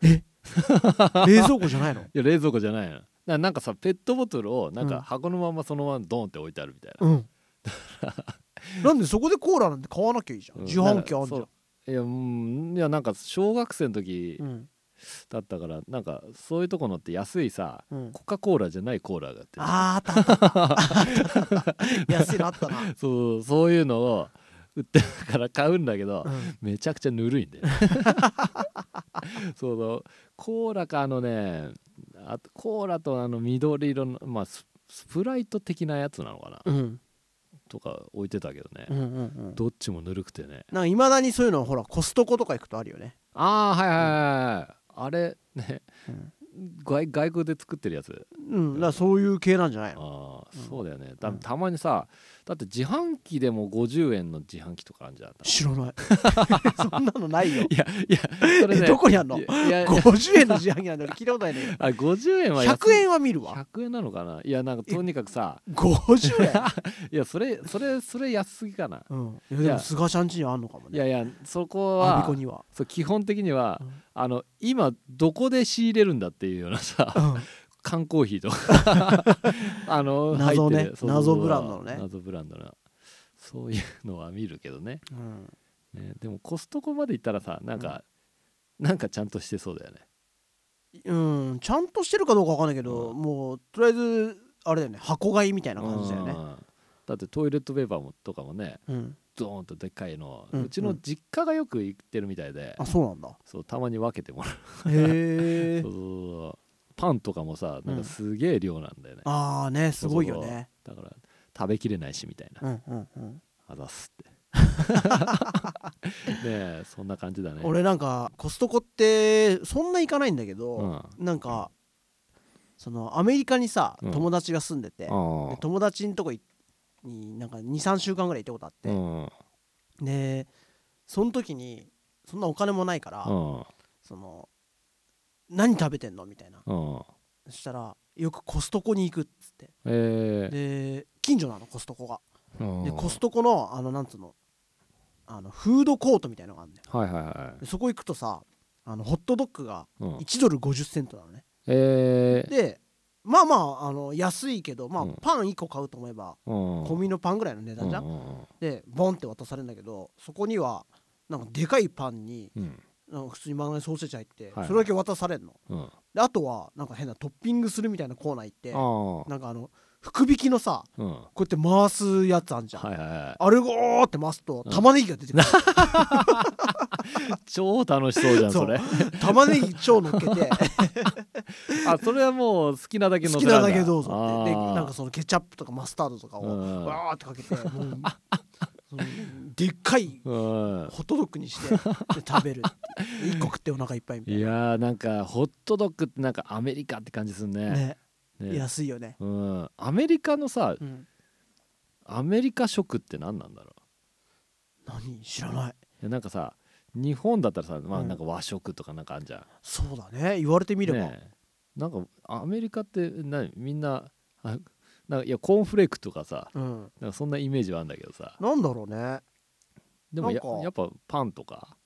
[SPEAKER 2] ね
[SPEAKER 1] 冷蔵庫じゃ ないの
[SPEAKER 2] いや冷蔵庫じゃないのななんかさペットボトルをなんか箱のままそのままドンって置いてあるみたいな、
[SPEAKER 1] うんなんでそこでコーラなんて買わなきゃいいじゃん、
[SPEAKER 2] うん
[SPEAKER 1] 自販機あんじゃ
[SPEAKER 2] なんかそういやうんいやなんか小学生の時
[SPEAKER 1] うん
[SPEAKER 2] だったからなんかそういうとこのって安いさ
[SPEAKER 1] うん
[SPEAKER 2] コカ・コーラじゃないコーラがあって
[SPEAKER 1] あーあったあったあった安いのあったな、
[SPEAKER 2] そうそういうのを売ってるから買うんだけど、
[SPEAKER 1] うん
[SPEAKER 2] めちゃくちゃぬるいんだよそうそうコーラかあのねあとコーラとあの緑色のまあススプライト的なやつなのかな、
[SPEAKER 1] うん
[SPEAKER 2] とか置いてたけどね、
[SPEAKER 1] うんうんうん
[SPEAKER 2] どっちもぬるくてね
[SPEAKER 1] なんかいまだにそういうのほらコストコとか行くとあるよね、
[SPEAKER 2] ああはいはいはいはい、あれね外外国で作ってるやつ
[SPEAKER 1] うん、だからそういう系なんじゃないの
[SPEAKER 2] ああ、
[SPEAKER 1] うん
[SPEAKER 2] そうだよねた
[SPEAKER 1] うん
[SPEAKER 2] たまにさだって自販機でも50円の自販機とかあるんじゃん
[SPEAKER 1] 知らない そんなのないよ
[SPEAKER 2] いやいやそれ
[SPEAKER 1] え
[SPEAKER 2] ね
[SPEAKER 1] どこにあんの
[SPEAKER 2] いやいや
[SPEAKER 1] 50円の自販機なんだよ聞いたことない ね
[SPEAKER 2] あ50円は安い
[SPEAKER 1] 100円は見るわ
[SPEAKER 2] 100円なのかないやなんかとにかくさ
[SPEAKER 1] 50円、
[SPEAKER 2] いやそれそれそれ安すぎかな
[SPEAKER 1] うん、いやでも菅ちゃんちにはあんのかも
[SPEAKER 2] い
[SPEAKER 1] ね
[SPEAKER 2] やいやそこ
[SPEAKER 1] アビ
[SPEAKER 2] は
[SPEAKER 1] コには、
[SPEAKER 2] そう基本的には、
[SPEAKER 1] うん
[SPEAKER 2] あの今どこで仕入れるんだっていうようなさ
[SPEAKER 1] う
[SPEAKER 2] 缶コーヒーとか あの
[SPEAKER 1] 謎ね
[SPEAKER 2] 入ってるそうそうそ
[SPEAKER 1] 謎
[SPEAKER 2] う
[SPEAKER 1] ブランドのね
[SPEAKER 2] 謎ブランドのそういうのは見るけどね
[SPEAKER 1] んうん、
[SPEAKER 2] ねでもコストコまで行ったらさなんか、なんかちゃんとしてそうだよね
[SPEAKER 1] うん、ちゃんとしてるかどうかわかんないけど、
[SPEAKER 2] うん
[SPEAKER 1] もうとりあえずあれだよね箱買いみたいな感じだよ
[SPEAKER 2] う
[SPEAKER 1] ね、
[SPEAKER 2] んだってトイレットペーパーもとかもね
[SPEAKER 1] うん、
[SPEAKER 2] ドーンとでっかいの、
[SPEAKER 1] う
[SPEAKER 2] うんちの実家がよく行ってるみたいで、
[SPEAKER 1] あそうなんだ
[SPEAKER 2] そうたまに分けてもらう
[SPEAKER 1] へえ
[SPEAKER 2] そうそうそうパンとかもさなんかすげえ量なんだよね、
[SPEAKER 1] ああねすごいよね
[SPEAKER 2] だから食べきれないしみたいな、
[SPEAKER 1] うんうんうん
[SPEAKER 2] あざっす ってねえそんな感じだね
[SPEAKER 1] 俺なんかコストコってそんな行かないんだけ
[SPEAKER 2] うん
[SPEAKER 1] ど、
[SPEAKER 2] あ
[SPEAKER 1] なんかそのアメリカにさ
[SPEAKER 2] うん
[SPEAKER 1] 友達が住んでて、
[SPEAKER 2] あ
[SPEAKER 1] で友達んとこいになんか23週間ぐらい行ったことあ
[SPEAKER 2] う
[SPEAKER 1] っ
[SPEAKER 2] んうん
[SPEAKER 1] て、でその時にそんなお金もないから、
[SPEAKER 2] うん
[SPEAKER 1] その何食べてんのみたいな
[SPEAKER 2] うん
[SPEAKER 1] そしたらよくコストコに行くっつって
[SPEAKER 2] ええ
[SPEAKER 1] で近所なのコストコが
[SPEAKER 2] うん
[SPEAKER 1] でコストコのあのなんつうのあのフードコートみたいのがあるんだよ
[SPEAKER 2] はいはいは
[SPEAKER 1] でそこ行くとさあのホットドッグが
[SPEAKER 2] い、うん、
[SPEAKER 1] 1ドル50セントなのね
[SPEAKER 2] ええ
[SPEAKER 1] でまあまああの安いけど、まあ
[SPEAKER 2] うん、
[SPEAKER 1] パン1個買うと思えば
[SPEAKER 2] うん
[SPEAKER 1] 小麦のパンぐらいの値段じゃん
[SPEAKER 2] うんうん
[SPEAKER 1] でボンって渡されるんだけどそこにはなんかでかいパンに
[SPEAKER 2] うん
[SPEAKER 1] なんか普通に漫画にソーセージ入って
[SPEAKER 2] はい
[SPEAKER 1] それだけ渡されるの
[SPEAKER 2] うんうん
[SPEAKER 1] であとはなんか変なトッピングするみたいなコーナー行って
[SPEAKER 2] ああ
[SPEAKER 1] なんかあの福引きのさ
[SPEAKER 2] うん
[SPEAKER 1] こうやって回すやつあんじゃん、
[SPEAKER 2] はいはいは
[SPEAKER 1] あれゴーって回すと
[SPEAKER 2] うん
[SPEAKER 1] 玉ねぎが出てくる、
[SPEAKER 2] い超楽しそうじゃん
[SPEAKER 1] そう
[SPEAKER 2] それ
[SPEAKER 1] 玉ねぎ超乗っけて
[SPEAKER 2] あそれはもう好きなだけ
[SPEAKER 1] 好
[SPEAKER 2] の
[SPEAKER 1] きなだけどうぞ
[SPEAKER 2] あ
[SPEAKER 1] ってで
[SPEAKER 2] あ
[SPEAKER 1] なんかそのケチャップとかマスタードとかを
[SPEAKER 2] うん
[SPEAKER 1] わーってかけてもうそのでっかい
[SPEAKER 2] うん
[SPEAKER 1] ホットドッグにしてで食べる1個食ってお腹いっぱいみたい
[SPEAKER 2] いやーなんかホットドッグってなんかアメリカって感じする
[SPEAKER 1] な
[SPEAKER 2] ね
[SPEAKER 1] ね
[SPEAKER 2] ね
[SPEAKER 1] 安いよね、
[SPEAKER 2] うん、アメリカのさ
[SPEAKER 1] うん、
[SPEAKER 2] アメリカ食って何なんだろ
[SPEAKER 1] 何知らないう
[SPEAKER 2] いやなんかさ日本だったらさ、まあ、
[SPEAKER 1] うん
[SPEAKER 2] なんか和食とかなんかあんじゃん、
[SPEAKER 1] そうだね言われてみれば、
[SPEAKER 2] ねえなんかアメリカってなみんなあなんかいやコーンフレークとかさ
[SPEAKER 1] うん
[SPEAKER 2] なんかそんなイメージはあるんだけどさ
[SPEAKER 1] なんだろうね
[SPEAKER 2] でもや
[SPEAKER 1] なんか
[SPEAKER 2] やっぱパンとか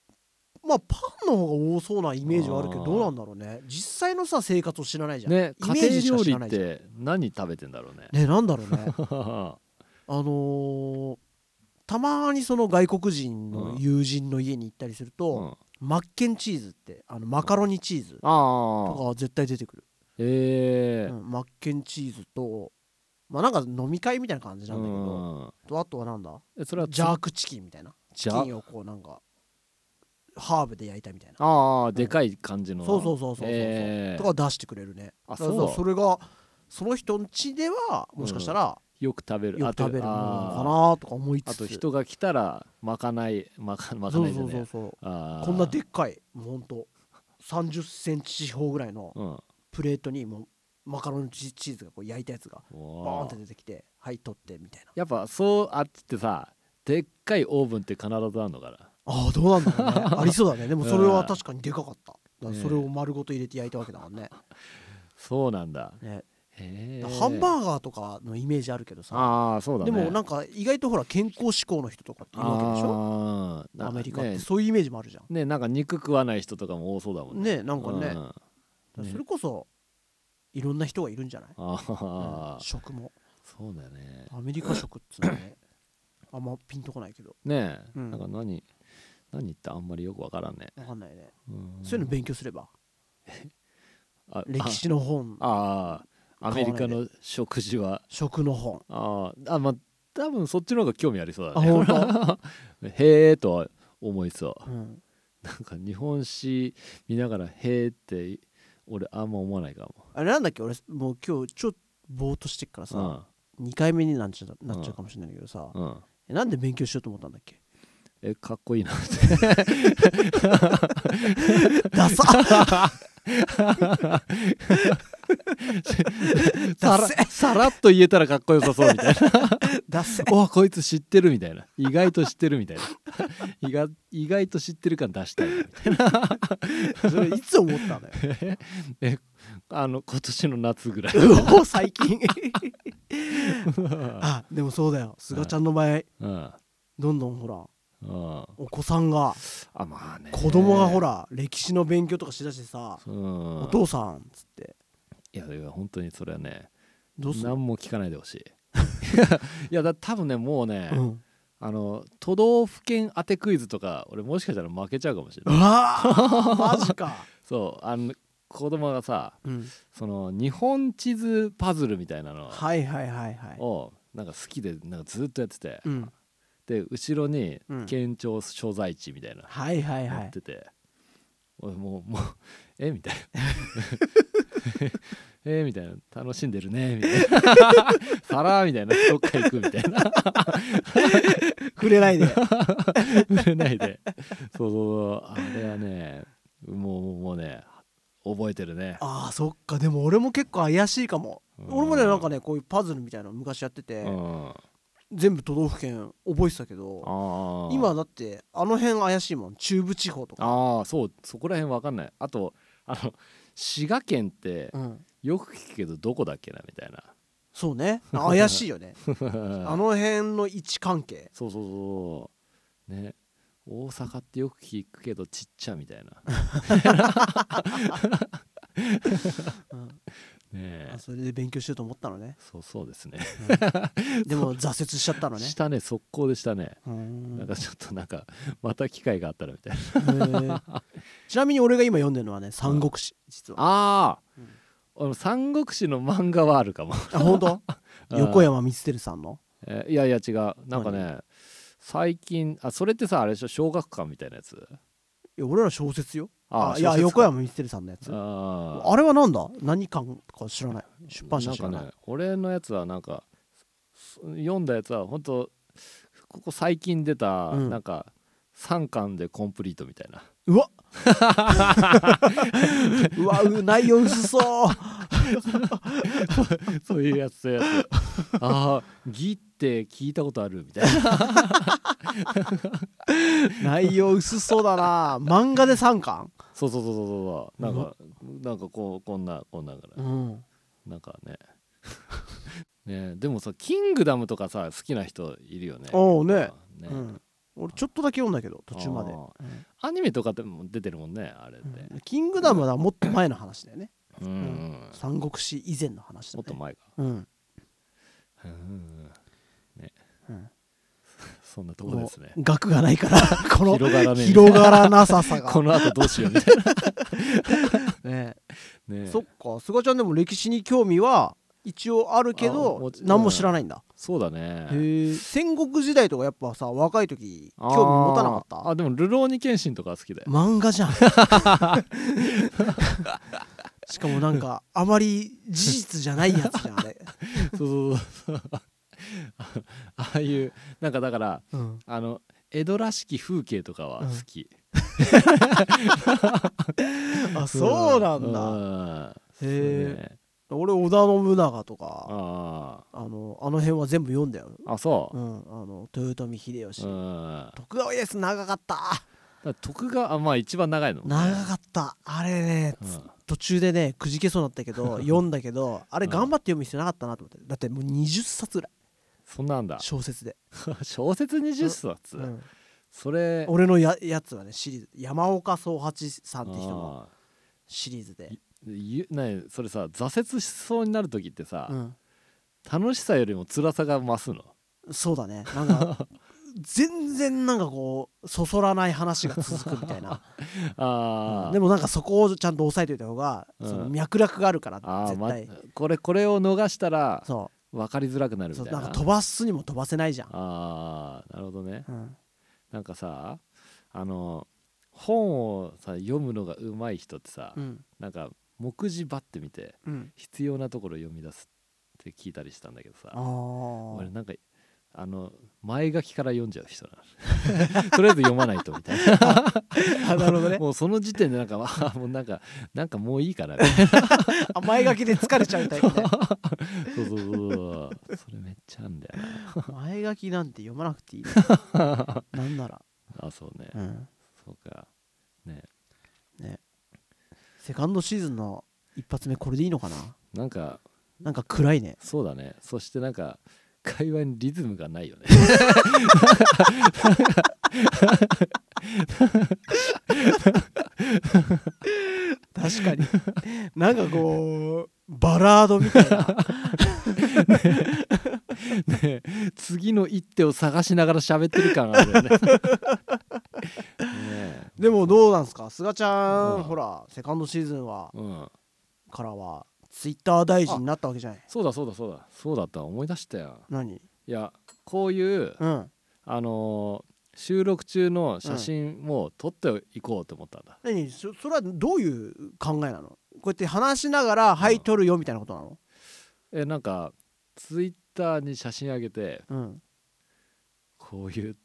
[SPEAKER 1] まあパンの方が多そうなイメージはあるけど
[SPEAKER 2] あー
[SPEAKER 1] どうなんだろうね実際のさ生活を知らないじゃん
[SPEAKER 2] ね
[SPEAKER 1] イメ
[SPEAKER 2] 家
[SPEAKER 1] ージし
[SPEAKER 2] 庭
[SPEAKER 1] か
[SPEAKER 2] 料
[SPEAKER 1] 知
[SPEAKER 2] 理
[SPEAKER 1] らな
[SPEAKER 2] っ
[SPEAKER 1] いじゃん
[SPEAKER 2] て何食べてんだ ろうね
[SPEAKER 1] ねなんだろうねあのーたまにその外国人の友人の家に行ったりする
[SPEAKER 2] う
[SPEAKER 1] と、
[SPEAKER 2] ん、
[SPEAKER 1] マッケンチーズってあのマカロニチーズとか
[SPEAKER 2] ああ
[SPEAKER 1] は絶対出てくる、
[SPEAKER 2] ええ
[SPEAKER 1] うんマッケンチーズとまあなんか飲み会みたいな感じなんだけど、
[SPEAKER 2] うん
[SPEAKER 1] とあとはなんだ
[SPEAKER 2] えそれは
[SPEAKER 1] ジャークチキンみたいなチ
[SPEAKER 2] じゃ
[SPEAKER 1] キンをこうなんかハーブで焼いたみたいな
[SPEAKER 2] ああでかい感じの、
[SPEAKER 1] そうそうそうそうそうそう、
[SPEAKER 2] ええ
[SPEAKER 1] とか出してくれるね
[SPEAKER 2] あ
[SPEAKER 1] だから
[SPEAKER 2] そう
[SPEAKER 1] それがその人ん家ではもしかしたら
[SPEAKER 2] よく食べる
[SPEAKER 1] よく食べるものなのか
[SPEAKER 2] あ
[SPEAKER 1] なとか思い
[SPEAKER 2] とあ
[SPEAKER 1] つつ
[SPEAKER 2] と人が来たらまかないまかまか
[SPEAKER 1] そ
[SPEAKER 2] な
[SPEAKER 1] う
[SPEAKER 2] いで
[SPEAKER 1] そうそ
[SPEAKER 2] ね
[SPEAKER 1] うそう
[SPEAKER 2] ああ
[SPEAKER 1] こんなでっかいもうほんと3 0センチ四方ぐらいの
[SPEAKER 2] うん
[SPEAKER 1] プレートにもうマカロニチーズがこう焼いたやつがバーン
[SPEAKER 2] わ
[SPEAKER 1] っ
[SPEAKER 2] あ
[SPEAKER 1] て出てきてはい取ってみたいな
[SPEAKER 2] やっぱそうあっちってさでっかいオーブンって必ずあるのかな
[SPEAKER 1] ああどうなんだろう ねありそうだねでもそれは確かにでかかっただから
[SPEAKER 2] ねえ
[SPEAKER 1] それを丸ごと入れて焼いたわけだからね
[SPEAKER 2] そうなんだ
[SPEAKER 1] ね
[SPEAKER 2] へえ
[SPEAKER 1] ハン
[SPEAKER 2] ー
[SPEAKER 1] バーガーとかのイメージあるけどさ
[SPEAKER 2] ああそうだ
[SPEAKER 1] で
[SPEAKER 2] ね
[SPEAKER 1] もなんんか意外とほら健康志向の人とかっているわけでしょ
[SPEAKER 2] ああ
[SPEAKER 1] アメリカっ
[SPEAKER 2] ね
[SPEAKER 1] てそういうイメージもあるじゃん
[SPEAKER 2] ねなんか肉食わない人とかも多そうだもんね
[SPEAKER 1] ねえなんかねだか
[SPEAKER 2] あ
[SPEAKER 1] ら
[SPEAKER 2] ね
[SPEAKER 1] それこそいろんな人がいるんじゃない
[SPEAKER 2] あ
[SPEAKER 1] うん食も
[SPEAKER 2] そうだよね
[SPEAKER 1] アメリカ食っつうのは ねあんまピンとこないけど
[SPEAKER 2] ねえ
[SPEAKER 1] うん
[SPEAKER 2] なんか何何言ったあんまりよくわからんね
[SPEAKER 1] わかんないね
[SPEAKER 2] うん
[SPEAKER 1] そういうの勉強すれば
[SPEAKER 2] あ
[SPEAKER 1] 歴史の本
[SPEAKER 2] ああアメリカ
[SPEAKER 1] 買
[SPEAKER 2] の食事は
[SPEAKER 1] 食の本
[SPEAKER 2] あああまあ多分そっちの方が興味ありそうだ
[SPEAKER 1] あ
[SPEAKER 2] ね
[SPEAKER 1] 本当
[SPEAKER 2] へえとは思いそう
[SPEAKER 1] うん
[SPEAKER 2] なんか日本史見ながら「へえ」って俺あんま思わないかも
[SPEAKER 1] あれなんだっけ俺もう今日ちょっとぼーっとしてっからさ2回目になっちゃなっちゃうかもしれないけどさ
[SPEAKER 2] うんうん
[SPEAKER 1] えなんで勉強しようと思ったんだっけ
[SPEAKER 2] えかっこ いいなって
[SPEAKER 1] ダサ
[SPEAKER 2] さらさらっと言えたらかっこよさそうみた いな
[SPEAKER 1] ダセ
[SPEAKER 2] 「おこいつ知ってる」みたいな意外と知ってるみたいな意外意外と知ってる感出したいなみたい
[SPEAKER 1] それいつ思ったんだよ
[SPEAKER 2] なえあの今年の 夏ぐらいう
[SPEAKER 1] お最近あでもそうだよ菅ちゃんの場合
[SPEAKER 2] うん
[SPEAKER 1] どんどんほら
[SPEAKER 2] うん
[SPEAKER 1] お子さんが
[SPEAKER 2] あまあね
[SPEAKER 1] 子供がほら歴史の勉強とかしだしてさ
[SPEAKER 2] うん
[SPEAKER 1] お父さんっつって
[SPEAKER 2] いやいや本当にそれはね
[SPEAKER 1] どうすんの
[SPEAKER 2] 何も聞かない でほしいいやだ多分ねもうね、
[SPEAKER 1] うん
[SPEAKER 2] あの都道府県当てクイズとか俺もしかしたら負けちゃうかもしれ
[SPEAKER 1] う
[SPEAKER 2] ない
[SPEAKER 1] わーマジか
[SPEAKER 2] そうあの子供がさ
[SPEAKER 1] うん
[SPEAKER 2] その日本地図パズルみたいなの
[SPEAKER 1] はいはいはいはい
[SPEAKER 2] をなんか好きでなんかずっとやってて、
[SPEAKER 1] うん
[SPEAKER 2] で後ろに
[SPEAKER 1] うん
[SPEAKER 2] 県庁所在地みたいな
[SPEAKER 1] はいはいは
[SPEAKER 2] や
[SPEAKER 1] い
[SPEAKER 2] ってて、俺もうもうえみたい えーみたいな楽しんでるねみたいな さらーみたいなどっか行くみたいな
[SPEAKER 1] 触れないで
[SPEAKER 2] 触れないでそうそうそうあれはねもうもうもうね覚えてるね
[SPEAKER 1] ああそっかでも俺も結構怪しいかも、
[SPEAKER 2] うん
[SPEAKER 1] 俺もねなんかねこういうパズルみたいなの昔やってて、
[SPEAKER 2] うんあ
[SPEAKER 1] 全部都道府県覚えてたけど
[SPEAKER 2] あ
[SPEAKER 1] 今だってあの辺怪しいもん中部地方とか、
[SPEAKER 2] ああそうそこら辺わかんないあとあの滋賀県って
[SPEAKER 1] うん、
[SPEAKER 2] よく聞くけどどこだっけなみたいな
[SPEAKER 1] そう ね怪しいよねあ
[SPEAKER 2] あ
[SPEAKER 1] の辺の位置関係
[SPEAKER 2] そうそうそうね大阪ってよく聞くけどちっちゃみ たいな
[SPEAKER 1] うん
[SPEAKER 2] ねえ
[SPEAKER 1] あそれで勉強しようと思ったの ね
[SPEAKER 2] そうそうですね
[SPEAKER 1] でも挫折しちゃったのね
[SPEAKER 2] したね速攻でしたね、
[SPEAKER 1] うーん
[SPEAKER 2] なんかちょっとなんかまた機会があったらみたいな
[SPEAKER 1] へー ちなみに俺が今読んでるのはね「三国志」実は
[SPEAKER 2] あ
[SPEAKER 1] うん
[SPEAKER 2] あ、の三国志の漫画はあるかも
[SPEAKER 1] あ本当
[SPEAKER 2] うん
[SPEAKER 1] 横山光輝さんの
[SPEAKER 2] えいやいや違うなんかね最近あそれってさあれでしょ小学館みたいなやつ
[SPEAKER 1] いや俺ら小説よあ
[SPEAKER 2] あ
[SPEAKER 1] いや横
[SPEAKER 2] 山
[SPEAKER 1] 山光輝さんのやつあ
[SPEAKER 2] あー
[SPEAKER 1] れはなんだ何巻か知らない出版社
[SPEAKER 2] なん
[SPEAKER 1] 知ら
[SPEAKER 2] か
[SPEAKER 1] ない
[SPEAKER 2] ね俺のやつはなんかす読んだやつは本当ここ最近出た、
[SPEAKER 1] うん
[SPEAKER 2] なんか3巻でコンプリートみたいな
[SPEAKER 1] うわ うわう内容薄そう
[SPEAKER 2] そういうやつそういうやつ ああ義って聞いたことあるみたい な
[SPEAKER 1] 内容薄そうだな漫画で3巻
[SPEAKER 2] そうそうそうそうそうなんか、なんかこうこんなこんなから
[SPEAKER 1] うん
[SPEAKER 2] なんかね ねでもさ「キングダム」とかさ好きな人いるよね。
[SPEAKER 1] おうね
[SPEAKER 2] ね
[SPEAKER 1] うん俺ちょっとだけ読んだけど途中まで
[SPEAKER 2] あーアニメとかでも出てるもんねあれって。
[SPEAKER 1] 「キングダム」はもっと前の話だよね
[SPEAKER 2] うん
[SPEAKER 1] 三国志以前の話だ
[SPEAKER 2] も
[SPEAKER 1] ね
[SPEAKER 2] っと前か。
[SPEAKER 1] うん
[SPEAKER 2] うん
[SPEAKER 1] うん
[SPEAKER 2] そんなとこですね
[SPEAKER 1] も。う額がないから この
[SPEAKER 2] 広がらねえ
[SPEAKER 1] 広がらなささが
[SPEAKER 2] この後どうしよ うみたい
[SPEAKER 1] ね
[SPEAKER 2] な。ね
[SPEAKER 1] そっか菅ちゃんでも歴史に興味は一応あるけ
[SPEAKER 2] あ
[SPEAKER 1] ど
[SPEAKER 2] もち
[SPEAKER 1] 何も知らないんだ、
[SPEAKER 2] そうだ
[SPEAKER 1] へ
[SPEAKER 2] ね。
[SPEAKER 1] ー戦国時代とかやっぱさ若い時興
[SPEAKER 2] あー
[SPEAKER 1] 味持たなかった
[SPEAKER 2] あでも「流浪に剣心」とか好 きだよ。
[SPEAKER 1] 漫画 じゃんしかもなんかあまり事実じゃないやつじゃんあれ、
[SPEAKER 2] そうそうそうそう。 あああいうなんかだから
[SPEAKER 1] うん、
[SPEAKER 2] あの江戸らしき風景とかは好き。
[SPEAKER 1] あそうなんだ、へ
[SPEAKER 2] だ。そう
[SPEAKER 1] え
[SPEAKER 2] ね
[SPEAKER 1] 俺織田信長とか
[SPEAKER 2] あ
[SPEAKER 1] あのあの辺は全部読んだよ、
[SPEAKER 2] ああそうう、
[SPEAKER 1] ん、あの豊臣秀吉、
[SPEAKER 2] うん、
[SPEAKER 1] 徳川家康長かった
[SPEAKER 2] だ徳川あまあ一番長いの
[SPEAKER 1] 長かったあれね
[SPEAKER 2] うん
[SPEAKER 1] 途中でねくじけそうになったけ ど読んだけどあれ頑張って読む必要なかったなと思ってだってもう20冊ぐらい
[SPEAKER 2] そんなんだ
[SPEAKER 1] 小説で、
[SPEAKER 2] 小説20冊、
[SPEAKER 1] うん
[SPEAKER 2] それ
[SPEAKER 1] 俺のややつはねシリーズ山岡宗八さんって人の
[SPEAKER 2] ああ
[SPEAKER 1] シリーズで、
[SPEAKER 2] ゆねそれさ挫折しそうになる時ってさ、
[SPEAKER 1] うん、
[SPEAKER 2] 楽しさよりも辛さが増すの
[SPEAKER 1] そうだねなん か全然なんかこうそそらない話が続くみたいな、
[SPEAKER 2] ああ、
[SPEAKER 1] うんでもなんかそこをちゃんと押さえておいた方が、
[SPEAKER 2] うん
[SPEAKER 1] その脈絡があるから
[SPEAKER 2] ああ
[SPEAKER 1] 絶
[SPEAKER 2] ま
[SPEAKER 1] 対、
[SPEAKER 2] これこれを逃したら
[SPEAKER 1] そ
[SPEAKER 2] 分かりづらくなる
[SPEAKER 1] うそう
[SPEAKER 2] みたいな
[SPEAKER 1] なんか飛ばすにも飛ばせないじゃん、
[SPEAKER 2] ああなるほどね
[SPEAKER 1] うん、
[SPEAKER 2] なんかさあの本をさ読むのが上手い人ってさ、
[SPEAKER 1] うん
[SPEAKER 2] なんか目次ばってみて
[SPEAKER 1] うん
[SPEAKER 2] 必要なところを読み出すって聞いたりしたんだけど
[SPEAKER 1] あ
[SPEAKER 2] さ
[SPEAKER 1] あ
[SPEAKER 2] 俺なんかあの前書きから読んじゃう人なの とりあえず読まないとみたいな
[SPEAKER 1] あ なるほどね
[SPEAKER 2] もうその時点でなんか あもうなんかなんかもういいかなみたいな
[SPEAKER 1] あ前書きで疲れちゃうタイプ ね
[SPEAKER 2] そうそうそうそうそれめっちゃあんだよ
[SPEAKER 1] 前書きなんて読まなく ていいねなんなら、
[SPEAKER 2] なあそうね、
[SPEAKER 1] うん、
[SPEAKER 2] そうかね
[SPEAKER 1] セカンドシーズンの一発目これでいいのかな
[SPEAKER 2] なんか
[SPEAKER 1] なんか暗いね
[SPEAKER 2] そうだねそしてなんか会話にリズムがないよね
[SPEAKER 1] 確かに なんかこうバラードみたいな
[SPEAKER 2] ね次の一手を探しながら喋ってる感あるよね ねえ
[SPEAKER 1] でもどうなんすか菅ちゃん、
[SPEAKER 2] うん
[SPEAKER 1] ほらセカンドシーズンは
[SPEAKER 2] うん
[SPEAKER 1] からはツイッター大臣になったわけじゃない
[SPEAKER 2] そうだそうだそうだそうだった思い出したよ
[SPEAKER 1] 何
[SPEAKER 2] いやこういう
[SPEAKER 1] うん
[SPEAKER 2] あのー収録中の写真も撮っていこうと思ったんだ、
[SPEAKER 1] 何そそれはどういう考えなのこうやって話しながら「はい撮るよ」みたいなことなの
[SPEAKER 2] えなんかツイッターに写真上げて
[SPEAKER 1] うん
[SPEAKER 2] こういう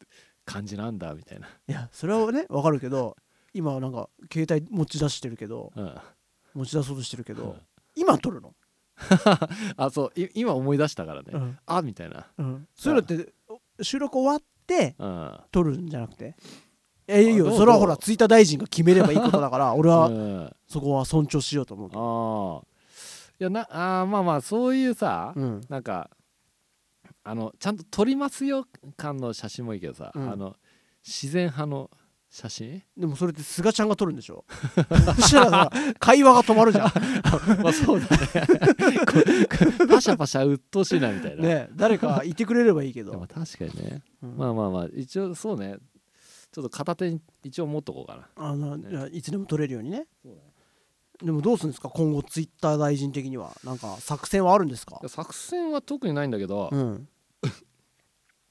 [SPEAKER 2] 感じなんだみたいな、
[SPEAKER 1] いやそれはねわかるけど今はなんか携帯持ち出してるけど
[SPEAKER 2] うん、
[SPEAKER 1] 持ち出そうとしてるけ
[SPEAKER 2] う
[SPEAKER 1] ど
[SPEAKER 2] ん
[SPEAKER 1] 今撮るの、
[SPEAKER 2] あそうい今思い出したからね、
[SPEAKER 1] うん
[SPEAKER 2] あみたいな、
[SPEAKER 1] うん、そういうのってお収録終わって
[SPEAKER 2] うん
[SPEAKER 1] 撮るんじゃなくてえいい
[SPEAKER 2] ど
[SPEAKER 1] よ
[SPEAKER 2] う
[SPEAKER 1] それは
[SPEAKER 2] ど
[SPEAKER 1] ほ
[SPEAKER 2] う
[SPEAKER 1] らツイッター大臣が決めればいいことだから 俺は
[SPEAKER 2] うん、あ
[SPEAKER 1] そこは尊重しようと思うけど
[SPEAKER 2] あいやなあーまあまあそういうさ、
[SPEAKER 1] うん
[SPEAKER 2] なんかあのちゃんと撮りますよ感の写真もいいけどさ、
[SPEAKER 1] うん
[SPEAKER 2] あの自然派の 写真
[SPEAKER 1] でもそれって菅ちゃんが撮るんでしょそしたらさ会話が止まるじ ゃん
[SPEAKER 2] まあそうだね こうパシャパシャ鬱陶しいなみたいな、
[SPEAKER 1] ね誰かいてくれればいいけ
[SPEAKER 2] でも
[SPEAKER 1] ど、
[SPEAKER 2] 確かにね、
[SPEAKER 1] うん
[SPEAKER 2] まあまあまあ一応そうねちょっと片手に一応持っとこうかな
[SPEAKER 1] あの
[SPEAKER 2] ね
[SPEAKER 1] いやいつでも撮れるようにねでもどうするんですか今後ツイッター大臣的にはなんか作戦はあるんですか
[SPEAKER 2] いや作戦は特にないんだけど、
[SPEAKER 1] うん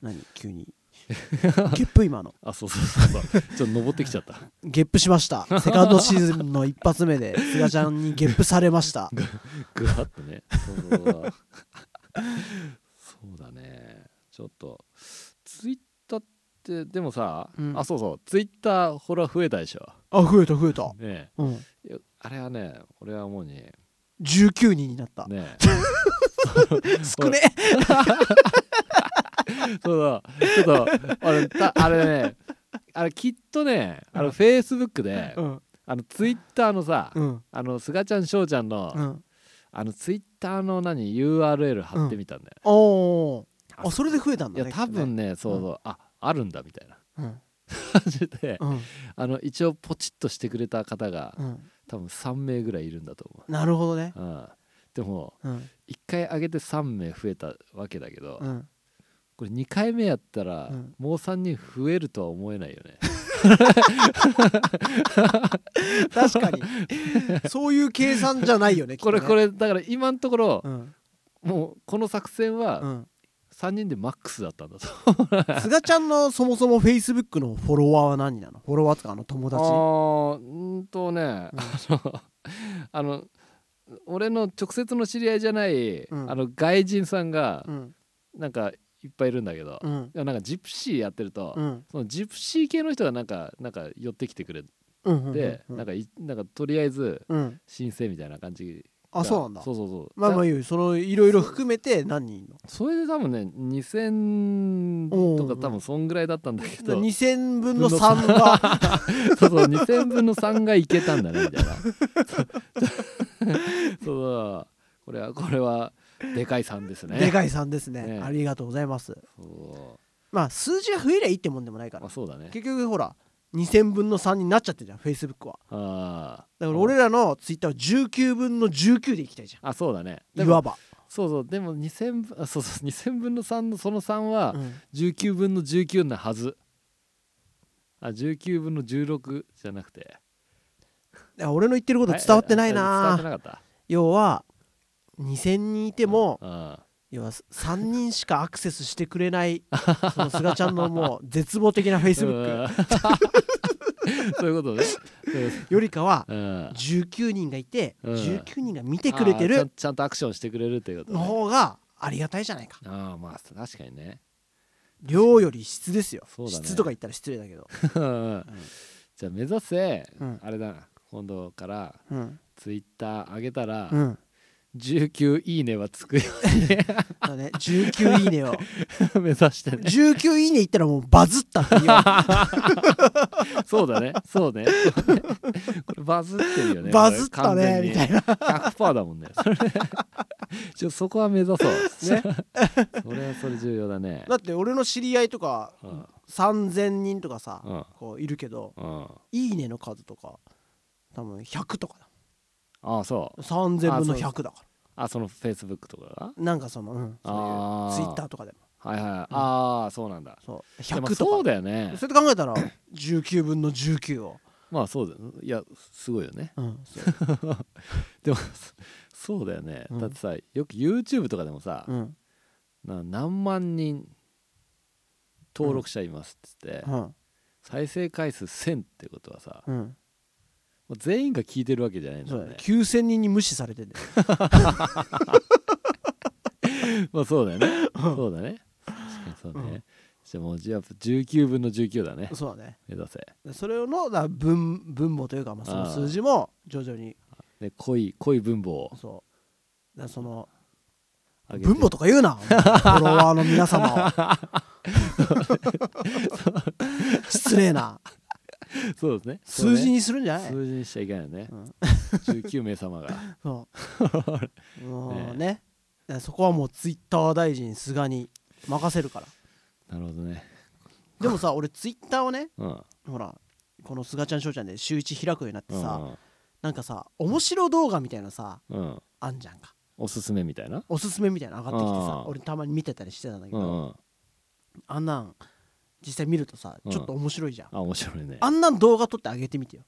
[SPEAKER 1] 何急にゲップ今の
[SPEAKER 2] あそうそうそうそうちょっと登ってきちゃ った
[SPEAKER 1] ゲップしましたセカンドシーズンの一発目で菅ちゃんにゲップされました
[SPEAKER 2] ぐわっとねそうそうそうそうだねちょっとツイッターってでもさ、
[SPEAKER 1] うん
[SPEAKER 2] あそうそうツイッターフォロワー増えたでしょ、
[SPEAKER 1] あ増えた増えた、
[SPEAKER 2] ね
[SPEAKER 1] うん、
[SPEAKER 2] えいやあれはね俺はもうにね
[SPEAKER 1] 19人になった、
[SPEAKER 2] え
[SPEAKER 1] 少ね
[SPEAKER 2] そうそうちょっと俺たあれねあれきっとねあ
[SPEAKER 1] う
[SPEAKER 2] の
[SPEAKER 1] ん
[SPEAKER 2] フェイスブックで、
[SPEAKER 1] うん
[SPEAKER 2] あのツイッターのさ、
[SPEAKER 1] うん
[SPEAKER 2] あのすがちゃんしょうちゃんの、
[SPEAKER 1] うん
[SPEAKER 2] あのツイッターの何 URL 貼ってみたんだよ、
[SPEAKER 1] おおあそれで増えたんだ
[SPEAKER 2] い
[SPEAKER 1] ね
[SPEAKER 2] や多分ねそうそう、ああるんだみたいな
[SPEAKER 1] きっとね
[SPEAKER 2] 感じで
[SPEAKER 1] うんうん
[SPEAKER 2] あの一応ポチッとしてくれた方が
[SPEAKER 1] うん
[SPEAKER 2] 多分3名ぐらいいるんだと思
[SPEAKER 1] なるほどね
[SPEAKER 2] う、うん、でも
[SPEAKER 1] うん
[SPEAKER 2] 1回上げて3名増えたわけだけど、
[SPEAKER 1] うん
[SPEAKER 2] これ2回目やったら、
[SPEAKER 1] うん
[SPEAKER 2] もう3人増えるとは思えないよ ね
[SPEAKER 1] 確 かにそういう計算じゃないよね
[SPEAKER 2] これこ
[SPEAKER 1] れ
[SPEAKER 2] れだから今のところ
[SPEAKER 1] う、ん
[SPEAKER 2] もうこの作戦
[SPEAKER 1] う
[SPEAKER 2] は
[SPEAKER 1] ん
[SPEAKER 2] 3人でマックスだったんだと、
[SPEAKER 1] 菅ちゃんのそもそもフェイスブックのフォロワーは何なのフォロワーとかあの友
[SPEAKER 2] あ
[SPEAKER 1] 達
[SPEAKER 2] ーうーんとね、あの俺の直接の知り合いじゃない、
[SPEAKER 1] うん
[SPEAKER 2] あの外人さんが
[SPEAKER 1] うん
[SPEAKER 2] なんかいっぱいいるんだけど、
[SPEAKER 1] うん
[SPEAKER 2] でもなんかジプシーやってると、
[SPEAKER 1] うん
[SPEAKER 2] そのジプシー系の人がなんかなんか寄ってきてくれて、
[SPEAKER 1] うんうん
[SPEAKER 2] なんかいなんかとりあえず
[SPEAKER 1] うん
[SPEAKER 2] 申請みたいな感じが
[SPEAKER 1] あそうなんだ
[SPEAKER 2] そうそうそう
[SPEAKER 1] まあまあ
[SPEAKER 2] だ
[SPEAKER 1] いいよそのいろいろ含めて何人いるの
[SPEAKER 2] それで多分ね2000
[SPEAKER 1] おう
[SPEAKER 2] とか多分そんぐらいだったんだけど
[SPEAKER 1] 2000分の3が
[SPEAKER 2] そうそう2000分の3がいけたんだねみ たいなそうそうこれはこれはでかい3ですね
[SPEAKER 1] でかい3ですね
[SPEAKER 2] ね
[SPEAKER 1] ありがとうございます
[SPEAKER 2] そ
[SPEAKER 1] まあ数字が増えりゃいいってもんでもないか
[SPEAKER 2] うま
[SPEAKER 1] ら
[SPEAKER 2] あそうだね
[SPEAKER 1] 結局ほら2000分の3になっちゃってるじゃんフェイスブックは
[SPEAKER 2] あ
[SPEAKER 1] だから俺らのツイッターは19分の19でいきたいじ
[SPEAKER 2] ーあそうだね
[SPEAKER 1] ゃ
[SPEAKER 2] で
[SPEAKER 1] んい
[SPEAKER 2] も
[SPEAKER 1] わば、
[SPEAKER 2] そうそうでも2000分あそうそう2000分の3のその3は、
[SPEAKER 1] うん
[SPEAKER 2] 19分の19なはずあ19分の16じゃなくて
[SPEAKER 1] いや俺の言ってること伝わってない
[SPEAKER 2] ああ
[SPEAKER 1] な
[SPEAKER 2] あ伝わってなかっ
[SPEAKER 1] 要は2000人いて
[SPEAKER 2] た
[SPEAKER 1] も、
[SPEAKER 2] うんあ
[SPEAKER 1] 要は3人しかアクセスしてくれないその菅ちゃんのもう絶望的なフェイスブック
[SPEAKER 2] うん そういうことね
[SPEAKER 1] よりかは
[SPEAKER 2] うん
[SPEAKER 1] 19人がいて、
[SPEAKER 2] うん
[SPEAKER 1] 19人が見てくれて
[SPEAKER 2] あーちゃ
[SPEAKER 1] る
[SPEAKER 2] んちゃんとアクションしてくれるっていうこと
[SPEAKER 1] の
[SPEAKER 2] ね
[SPEAKER 1] 方がありがたいじゃないか
[SPEAKER 2] ああまあ確かにね
[SPEAKER 1] 量より質ですよ、
[SPEAKER 2] そうだね
[SPEAKER 1] 質とか言ったら失礼だけど、
[SPEAKER 2] うんじゃあ目指せ、
[SPEAKER 1] うん
[SPEAKER 2] あれだな今度から
[SPEAKER 1] うん
[SPEAKER 2] ツイッター上げたら、
[SPEAKER 1] うん
[SPEAKER 2] 19いいねはつく よう
[SPEAKER 1] だからね、19いいねを
[SPEAKER 2] に目指して ね
[SPEAKER 1] 19いいね言ったらもうバズったっていう
[SPEAKER 2] そうだね、そうね。 これバズってるよ ね。
[SPEAKER 1] バズったねみた
[SPEAKER 2] い
[SPEAKER 1] いな
[SPEAKER 2] な。100%だもんね。それ ちょそこは目指そう。
[SPEAKER 1] ね
[SPEAKER 2] それはそれ重要だね。
[SPEAKER 1] だって俺の知り合いとか
[SPEAKER 2] うん
[SPEAKER 1] 3000人とかさ、
[SPEAKER 2] うん
[SPEAKER 1] こういるけど
[SPEAKER 2] う
[SPEAKER 1] 「
[SPEAKER 2] ん。
[SPEAKER 1] いいね」の数とか多分100とかだ
[SPEAKER 2] ああ、そう。
[SPEAKER 1] 3000分の
[SPEAKER 2] あそう
[SPEAKER 1] 100だか
[SPEAKER 2] あ、その Facebook とか
[SPEAKER 1] らなんかその、うん、そう
[SPEAKER 2] あ
[SPEAKER 1] い
[SPEAKER 2] ー
[SPEAKER 1] うツイッターとかでも
[SPEAKER 2] がはいはい。ああ、そうなんだ。
[SPEAKER 1] そう
[SPEAKER 2] でも
[SPEAKER 1] 100
[SPEAKER 2] そ
[SPEAKER 1] と
[SPEAKER 2] う
[SPEAKER 1] か
[SPEAKER 2] だよね。
[SPEAKER 1] それで考えたら19分の19を、
[SPEAKER 2] まあそうだよ。いや、すごいよね。
[SPEAKER 1] うん、
[SPEAKER 2] でも、そそうだよね。
[SPEAKER 1] うん
[SPEAKER 2] だってさ、よく YouTube とかでもさ
[SPEAKER 1] う、ん
[SPEAKER 2] な何万人登録者いますっつって
[SPEAKER 1] う、ん
[SPEAKER 2] 再生回数1000ってことはさ、
[SPEAKER 1] うん
[SPEAKER 2] まあ全員が聞いてるわけじゃないんだ
[SPEAKER 1] そ
[SPEAKER 2] よ
[SPEAKER 1] うだ
[SPEAKER 2] ね
[SPEAKER 1] ね9000人に無視されてんだ よ
[SPEAKER 2] まあそうだよね そうだね確かにそうだね、
[SPEAKER 1] うん
[SPEAKER 2] じゃあもうじゃあ19分の19だね
[SPEAKER 1] そうだね
[SPEAKER 2] 目指せ
[SPEAKER 1] それのだから分分母というか、まあ、そ
[SPEAKER 2] あ
[SPEAKER 1] の
[SPEAKER 2] ー
[SPEAKER 1] 数字も徐々に
[SPEAKER 2] で濃い濃い分母を
[SPEAKER 1] そうだからその
[SPEAKER 2] 上げて
[SPEAKER 1] 分母とか言うなフォロワーの皆様を 失礼な
[SPEAKER 2] そうですね
[SPEAKER 1] 数字
[SPEAKER 2] に
[SPEAKER 1] にするんじゃない
[SPEAKER 2] 数字にしちゃいけないよね
[SPEAKER 1] う、ん
[SPEAKER 2] 19名様 が
[SPEAKER 1] そう もうねだからそこはもうツイッター大臣菅に任せるから
[SPEAKER 2] なるほどね
[SPEAKER 1] で もさ俺ツイッターをね
[SPEAKER 2] うん
[SPEAKER 1] ほらこの菅ちゃん翔ちゃんで週一開くようになって
[SPEAKER 2] うん
[SPEAKER 1] さ、なんかさ面白動画みたいなさ
[SPEAKER 2] うんうん
[SPEAKER 1] あんじゃんか
[SPEAKER 2] おすすめみたいな
[SPEAKER 1] おすすめみたいなの上がってきてさ
[SPEAKER 2] うん
[SPEAKER 1] 俺たまに見てたりしてたんだけ
[SPEAKER 2] う
[SPEAKER 1] ど、
[SPEAKER 2] んうん
[SPEAKER 1] あんなん実際見るとさ
[SPEAKER 2] うん
[SPEAKER 1] ちょっと面白いじゃん、
[SPEAKER 2] あ面白いね
[SPEAKER 1] あんなん動画撮ってあげてみてよ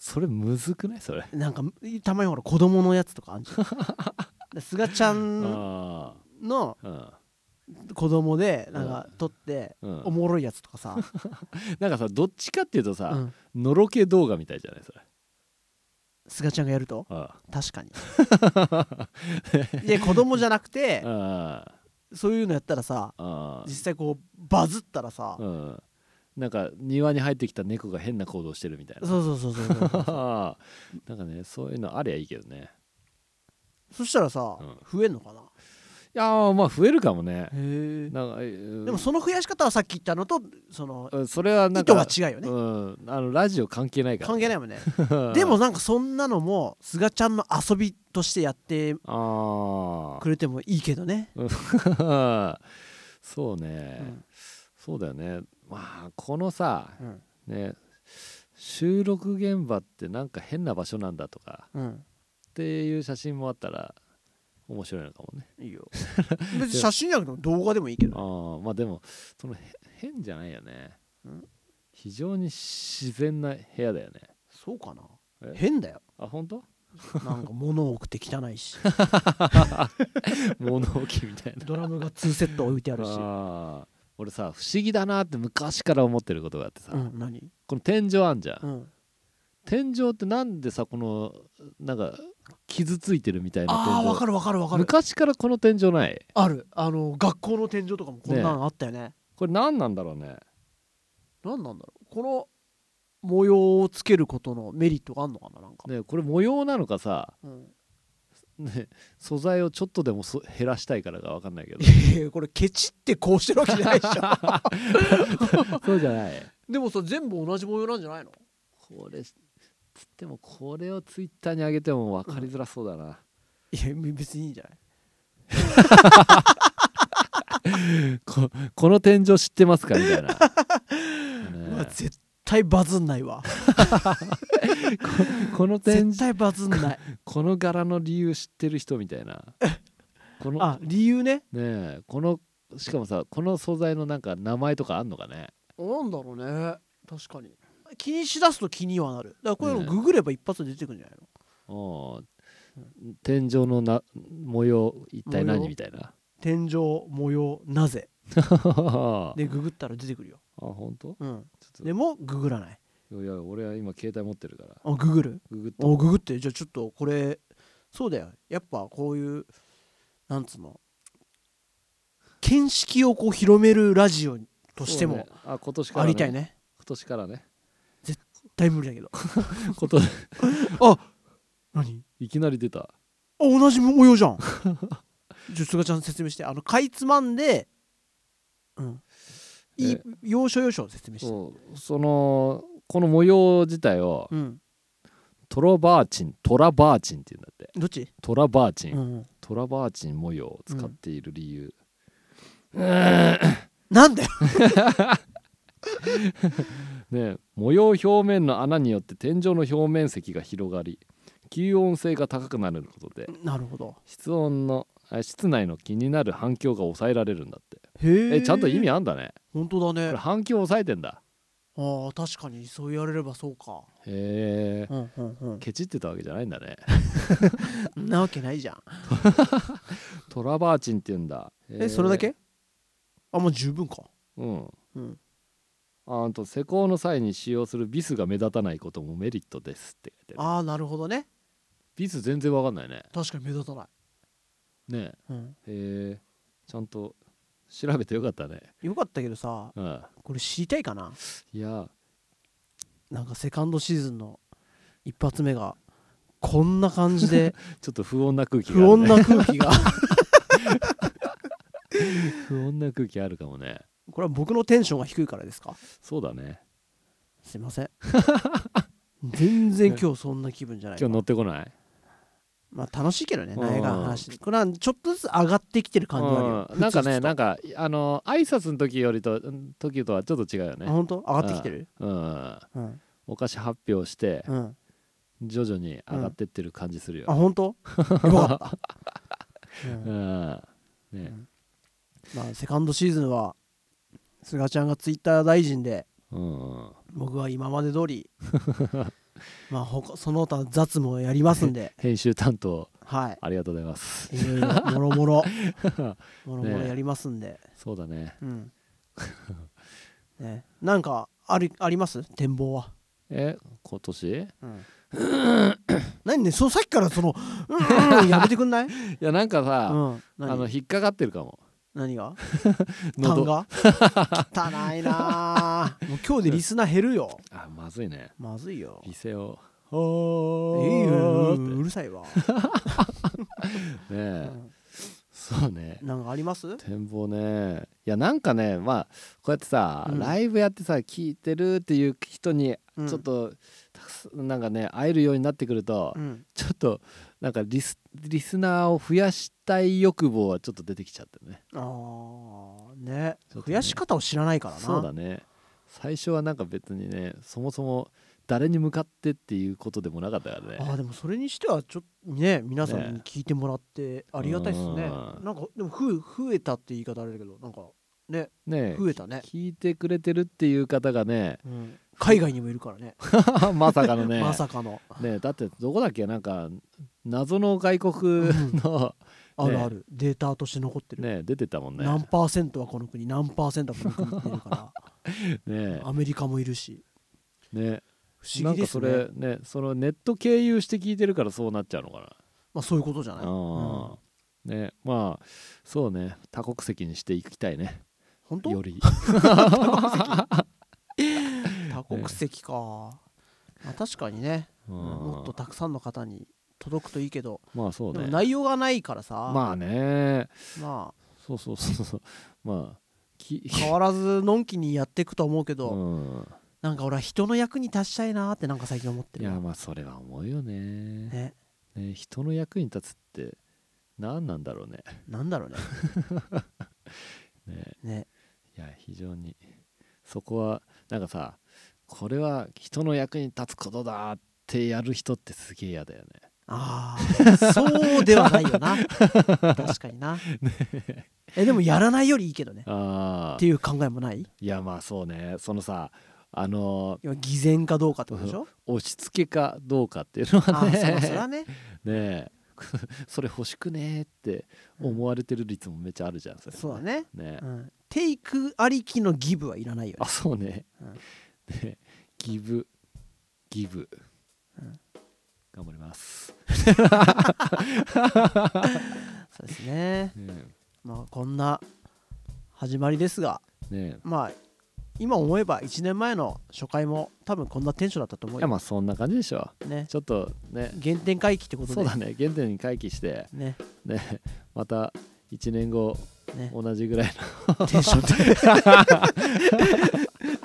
[SPEAKER 2] それむずくないそれ
[SPEAKER 1] なんかたまにほら子供のやつとかあんじゃ んで菅ちゃん
[SPEAKER 2] あ
[SPEAKER 1] の
[SPEAKER 2] あうん
[SPEAKER 1] 子供でなんか撮って、
[SPEAKER 2] うん
[SPEAKER 1] おもろいやつとかさ、
[SPEAKER 2] なんかさどっちかっていうとさ、
[SPEAKER 1] うん
[SPEAKER 2] のろけ動画みたいじゃないそれ
[SPEAKER 1] 菅ちゃんがやると
[SPEAKER 2] あ
[SPEAKER 1] 確 かにで子供じゃなくて
[SPEAKER 2] ああ
[SPEAKER 1] そういうのやったらさ
[SPEAKER 2] ああ
[SPEAKER 1] 実際こうバズったらさ
[SPEAKER 2] あ、うんなんか庭に入ってきた猫が変な行動してるみたいな
[SPEAKER 1] そうそうそうそう そう
[SPEAKER 2] ああなんかねそういうのありゃいいけどね
[SPEAKER 1] そしたらさ、
[SPEAKER 2] うん
[SPEAKER 1] 増えんのかない
[SPEAKER 2] やーまあ増えるかもね
[SPEAKER 1] へえ
[SPEAKER 2] なんかえ
[SPEAKER 1] で
[SPEAKER 2] ー
[SPEAKER 1] もその増やし方はさっき言ったのとその
[SPEAKER 2] うんそれはな
[SPEAKER 1] 意
[SPEAKER 2] ん
[SPEAKER 1] 図
[SPEAKER 2] か
[SPEAKER 1] は違うよね
[SPEAKER 2] うん、あのラジオ関係ないから
[SPEAKER 1] 関係ないい もんねでもなんかそんなのもすがちゃんの遊びとしてやって
[SPEAKER 2] あ
[SPEAKER 1] くれてもいいけどね、
[SPEAKER 2] あそう
[SPEAKER 1] う
[SPEAKER 2] ね、
[SPEAKER 1] ん
[SPEAKER 2] そうだよねまあこのさ
[SPEAKER 1] うん
[SPEAKER 2] ね収録現場ってなんか変な場所なんだとか
[SPEAKER 1] うん
[SPEAKER 2] っていう写真もあったら面白いのかもね
[SPEAKER 1] いいよ 別に写真じゃなくても動画でもいいけど
[SPEAKER 2] ああまあでもそのへ変じゃないよね
[SPEAKER 1] うん
[SPEAKER 2] 非常に自然な部屋だよね
[SPEAKER 1] そうかな
[SPEAKER 2] え
[SPEAKER 1] 変だよ
[SPEAKER 2] あ 本当
[SPEAKER 1] なんか物多くて汚い し
[SPEAKER 2] 物置みたいな
[SPEAKER 1] ドラムが2セット置いてあるし
[SPEAKER 2] あー俺さ不思議だなって昔から思ってることがあってさ、
[SPEAKER 1] うん何
[SPEAKER 2] この天井あんじゃん、
[SPEAKER 1] うん
[SPEAKER 2] 天井ってなんでさこのなんか傷ついてるみたいな
[SPEAKER 1] ああ
[SPEAKER 2] 天井
[SPEAKER 1] 分かる分かる分かる
[SPEAKER 2] 昔からこの天井ない
[SPEAKER 1] あるあの学校の天井とかもこんなのあったよね
[SPEAKER 2] これ何なんだろうね
[SPEAKER 1] 何なんだろうこの模様をつけることのメリットがあるのかななんか、
[SPEAKER 2] ねこれ模様なのかさ、
[SPEAKER 1] うん、
[SPEAKER 2] ね、素材をちょっとでもそ減らしたいからか分かんないけ ど
[SPEAKER 1] いやこれケチってこうしてるわけじゃないでしょ
[SPEAKER 2] そうじゃない
[SPEAKER 1] でもさ全部同じ模様なんじゃないの
[SPEAKER 2] これつってもこれをツイッターに上げても分かりづらそうだな、
[SPEAKER 1] いや別にいいんじゃない
[SPEAKER 2] こ この天井知ってますかみた いな、ね
[SPEAKER 1] うわ絶対バズんない わ
[SPEAKER 2] この天井
[SPEAKER 1] 絶対バズんない
[SPEAKER 2] この柄の理由知ってる人みたいなこの
[SPEAKER 1] あ理由ね
[SPEAKER 2] ねえこのしかもさこの素材のなんか名前とかあんのかね
[SPEAKER 1] なんだろうね確かに気にしだすと気にはなるだからこういう
[SPEAKER 2] ね
[SPEAKER 1] のググれば一発で出てくるんじゃないの、
[SPEAKER 2] おー天井のな模様一体
[SPEAKER 1] 模
[SPEAKER 2] 何
[SPEAKER 1] 様
[SPEAKER 2] みたいな
[SPEAKER 1] 天井模様なぜ
[SPEAKER 2] あ
[SPEAKER 1] でググったら出てくるよ、
[SPEAKER 2] 本当
[SPEAKER 1] うん、
[SPEAKER 2] ちょ
[SPEAKER 1] で
[SPEAKER 2] っ
[SPEAKER 1] もググらない
[SPEAKER 2] といやいや俺は今携帯持ってるから
[SPEAKER 1] あググる
[SPEAKER 2] ググっ
[SPEAKER 1] おググってじゃあちょっとこれそうだよやっぱこういうなんつうの見識をこう広めるラジオとして
[SPEAKER 2] そう
[SPEAKER 1] も
[SPEAKER 2] ねあ今年から、
[SPEAKER 1] ありたいね
[SPEAKER 2] 今年からね
[SPEAKER 1] 大無理だけど
[SPEAKER 2] こと
[SPEAKER 1] 何
[SPEAKER 2] いきなり出た
[SPEAKER 1] あ同じ模様じゃん じゃあ菅ちゃん説明してあのかいつまんでうんいい
[SPEAKER 2] え
[SPEAKER 1] 要所要所説明して
[SPEAKER 2] そうそのこの模様自体を
[SPEAKER 1] うん
[SPEAKER 2] トロバーチントラバーチンって言うんだって
[SPEAKER 1] どっち
[SPEAKER 2] トラバーチン、
[SPEAKER 1] うんうん
[SPEAKER 2] トラバーチン模様を使っている理由、
[SPEAKER 1] なんだよ
[SPEAKER 2] ね模様表面の穴によって天井の表面積が広がり吸音性が高くなることで
[SPEAKER 1] なるほど
[SPEAKER 2] 室温のあ室内の気になる反響が抑えられるんだって
[SPEAKER 1] へ
[SPEAKER 2] えちゃんと意味
[SPEAKER 1] あ
[SPEAKER 2] あんだね
[SPEAKER 1] 本当だ
[SPEAKER 2] これ
[SPEAKER 1] ね
[SPEAKER 2] 反響を抑えてんだ
[SPEAKER 1] あー確かにそう言われればそうか
[SPEAKER 2] へえ
[SPEAKER 1] うんうんうん
[SPEAKER 2] ケチってたわけじゃないんだね
[SPEAKER 1] んなわけないじゃん
[SPEAKER 2] トラバーチンって言うんだへー
[SPEAKER 1] えそれだけあもう十分か
[SPEAKER 2] うん
[SPEAKER 1] うん
[SPEAKER 2] ああと施工の際に使用するビスが目立たないこともメリットですって書いてある
[SPEAKER 1] ああなるほどね
[SPEAKER 2] ビス全然わかんないね
[SPEAKER 1] 確かに目立たない、
[SPEAKER 2] ね
[SPEAKER 1] うん、
[SPEAKER 2] えへえちゃんと調べてよかったね
[SPEAKER 1] よかったけどさ
[SPEAKER 2] うん
[SPEAKER 1] これ知りたいかない
[SPEAKER 2] や
[SPEAKER 1] なんかセカンドシーズンの一発目がこんな感じ で
[SPEAKER 2] ちょっと不穏な空気が
[SPEAKER 1] 不
[SPEAKER 2] ある
[SPEAKER 1] 穏
[SPEAKER 2] ね
[SPEAKER 1] な空気が
[SPEAKER 2] 不穏な空気あるかもね
[SPEAKER 1] これは僕のテンションが低いからですか
[SPEAKER 2] そうだね
[SPEAKER 1] すいません全然今日そんな気分じゃない
[SPEAKER 2] 今日乗ってこない
[SPEAKER 1] まあ楽しいけどね
[SPEAKER 2] うん
[SPEAKER 1] 苗が話これはちょっとずつ上がってきてる感じはあるよ
[SPEAKER 2] うんなんかねなん
[SPEAKER 1] か
[SPEAKER 2] かあの挨拶の時よりとうん時とはちょっと違うよね
[SPEAKER 1] 本当上がってきてる
[SPEAKER 2] うん
[SPEAKER 1] うん、
[SPEAKER 2] お菓子発表して
[SPEAKER 1] うん、
[SPEAKER 2] 徐々に上がってってる感じする
[SPEAKER 1] あ
[SPEAKER 2] よ、
[SPEAKER 1] 本当よか った、う
[SPEAKER 2] うんんね
[SPEAKER 1] まあセカンドシーズンは菅ちゃんがツイッター大臣で
[SPEAKER 2] うん
[SPEAKER 1] 僕は今まで通り まあ他その他雑務をやりますん で
[SPEAKER 2] 編集担当
[SPEAKER 1] は
[SPEAKER 2] ありがとうございます
[SPEAKER 1] いいろいろもろもろもろもろやりますんで、
[SPEAKER 2] そうだね
[SPEAKER 1] うん、ねなんかありあります展望は、
[SPEAKER 2] え今年
[SPEAKER 1] 何ねそうさっきからその「うんうん」やめてくんない、
[SPEAKER 2] いやなんか
[SPEAKER 1] う
[SPEAKER 2] さ、
[SPEAKER 1] ん、何
[SPEAKER 2] あの引っかかってるかも
[SPEAKER 1] 何が痰
[SPEAKER 2] 喉
[SPEAKER 1] が汚いなあもう今日でリスナー減るよ
[SPEAKER 2] あまずいね
[SPEAKER 1] まずいよ
[SPEAKER 2] 美声を
[SPEAKER 1] え
[SPEAKER 2] お
[SPEAKER 1] ーう
[SPEAKER 2] ね
[SPEAKER 1] うるさいわ、う
[SPEAKER 2] え
[SPEAKER 1] ん
[SPEAKER 2] そうね
[SPEAKER 1] なんかあります
[SPEAKER 2] 展望ねいやなんかねまあこうやってさ、
[SPEAKER 1] うん
[SPEAKER 2] ライブやってさ聞いてるっていう人に
[SPEAKER 1] うん
[SPEAKER 2] ちょっと、たくさんなんかね会えるようになってくると、
[SPEAKER 1] うん
[SPEAKER 2] ちょっとなんかリスリスナーを増やしたい欲望はちょっと出てきちゃってね
[SPEAKER 1] あーね
[SPEAKER 2] ちょっと
[SPEAKER 1] 増
[SPEAKER 2] ね
[SPEAKER 1] やし方を知らないからな
[SPEAKER 2] そうだね最初はなんか別にねそもそも誰に向かってっていうことでもなかったから
[SPEAKER 1] あー
[SPEAKER 2] ね
[SPEAKER 1] でもそれにしてはちょっとね皆さんに
[SPEAKER 2] ね
[SPEAKER 1] 聞いてもらってありがたいですね
[SPEAKER 2] うん
[SPEAKER 1] なんかでもふ増えたって言い方あれだけどなんかね
[SPEAKER 2] ね
[SPEAKER 1] 増えたね、
[SPEAKER 2] 聞いてくれてるっていう方がね
[SPEAKER 1] うん海外にもいるからね
[SPEAKER 2] まさかの ね
[SPEAKER 1] まさかの
[SPEAKER 2] ねだってどこだっけなんか謎の外国
[SPEAKER 1] ん
[SPEAKER 2] の、
[SPEAKER 1] あるある、データとして残ってる、
[SPEAKER 2] ね出てたもんね
[SPEAKER 1] 何パーセントはこの国何パーセントはこの国っていうか
[SPEAKER 2] ね
[SPEAKER 1] らアメリカもいるし
[SPEAKER 2] ね
[SPEAKER 1] 不思議ですね
[SPEAKER 2] なんかそれねそのネット経由して聞いてるからそうなっちゃうのか
[SPEAKER 1] まあ、そういうことじゃな、
[SPEAKER 2] ない
[SPEAKER 1] うん
[SPEAKER 2] あーねまあそうね多国籍にしていきたいね
[SPEAKER 1] 本当
[SPEAKER 2] より
[SPEAKER 1] 多国籍か、まあ、確かにね、
[SPEAKER 2] うん
[SPEAKER 1] もっとたくさんの方に届くといいけど、
[SPEAKER 2] まあそう
[SPEAKER 1] でも
[SPEAKER 2] ね
[SPEAKER 1] 内容がないからさ、
[SPEAKER 2] まあね
[SPEAKER 1] まあ
[SPEAKER 2] そうそうそうそうまあき
[SPEAKER 1] 変わらずのんきにやっていくとは思うけど、
[SPEAKER 2] うん
[SPEAKER 1] なんか俺は人の役に立ちたいなーってなんか最近思って
[SPEAKER 2] い
[SPEAKER 1] る
[SPEAKER 2] やまあそれは思うよね
[SPEAKER 1] ね
[SPEAKER 2] ね人の役に立つって何なんだろうね
[SPEAKER 1] なんだろう ね
[SPEAKER 2] ね
[SPEAKER 1] ね
[SPEAKER 2] いや非常にそこはなんかさこれは人の役に立つことだってやる人ってすげえ嫌だよ
[SPEAKER 1] ああそうではないよな確かにな、えでもやらないよりいいけどね
[SPEAKER 2] ねあ
[SPEAKER 1] っ
[SPEAKER 2] あ
[SPEAKER 1] ていう考えもないい
[SPEAKER 2] いやまあそうねそのさあの
[SPEAKER 1] や偽善かどうかってことでしょ
[SPEAKER 2] 押し付けかどうかっていうの
[SPEAKER 1] あ
[SPEAKER 2] は
[SPEAKER 1] あ
[SPEAKER 2] ね
[SPEAKER 1] そらそらね
[SPEAKER 2] ねえ それ欲しくねえって思われてる率もめっちゃあるじゃんそれ
[SPEAKER 1] そうだね、
[SPEAKER 2] ねえ
[SPEAKER 1] うん、テイクありきのギブはいらないよ
[SPEAKER 2] あそうね,、
[SPEAKER 1] うん
[SPEAKER 2] ねギブギブ、
[SPEAKER 1] うん
[SPEAKER 2] 頑張ります、
[SPEAKER 1] ねそうですね
[SPEAKER 2] ね
[SPEAKER 1] まあこんな始まりですが
[SPEAKER 2] えね
[SPEAKER 1] まあ今思えば1年前の初回も多分こんなテンションだったと思
[SPEAKER 2] え
[SPEAKER 1] う
[SPEAKER 2] いや
[SPEAKER 1] よ、
[SPEAKER 2] まあそんな感じでしょ
[SPEAKER 1] ね、
[SPEAKER 2] ちょっとね、
[SPEAKER 1] 原点回帰ってことで
[SPEAKER 2] そうだね、原点に回帰して、
[SPEAKER 1] ね
[SPEAKER 2] ね、また1年後、
[SPEAKER 1] ね
[SPEAKER 2] 同じぐらい
[SPEAKER 1] テンションで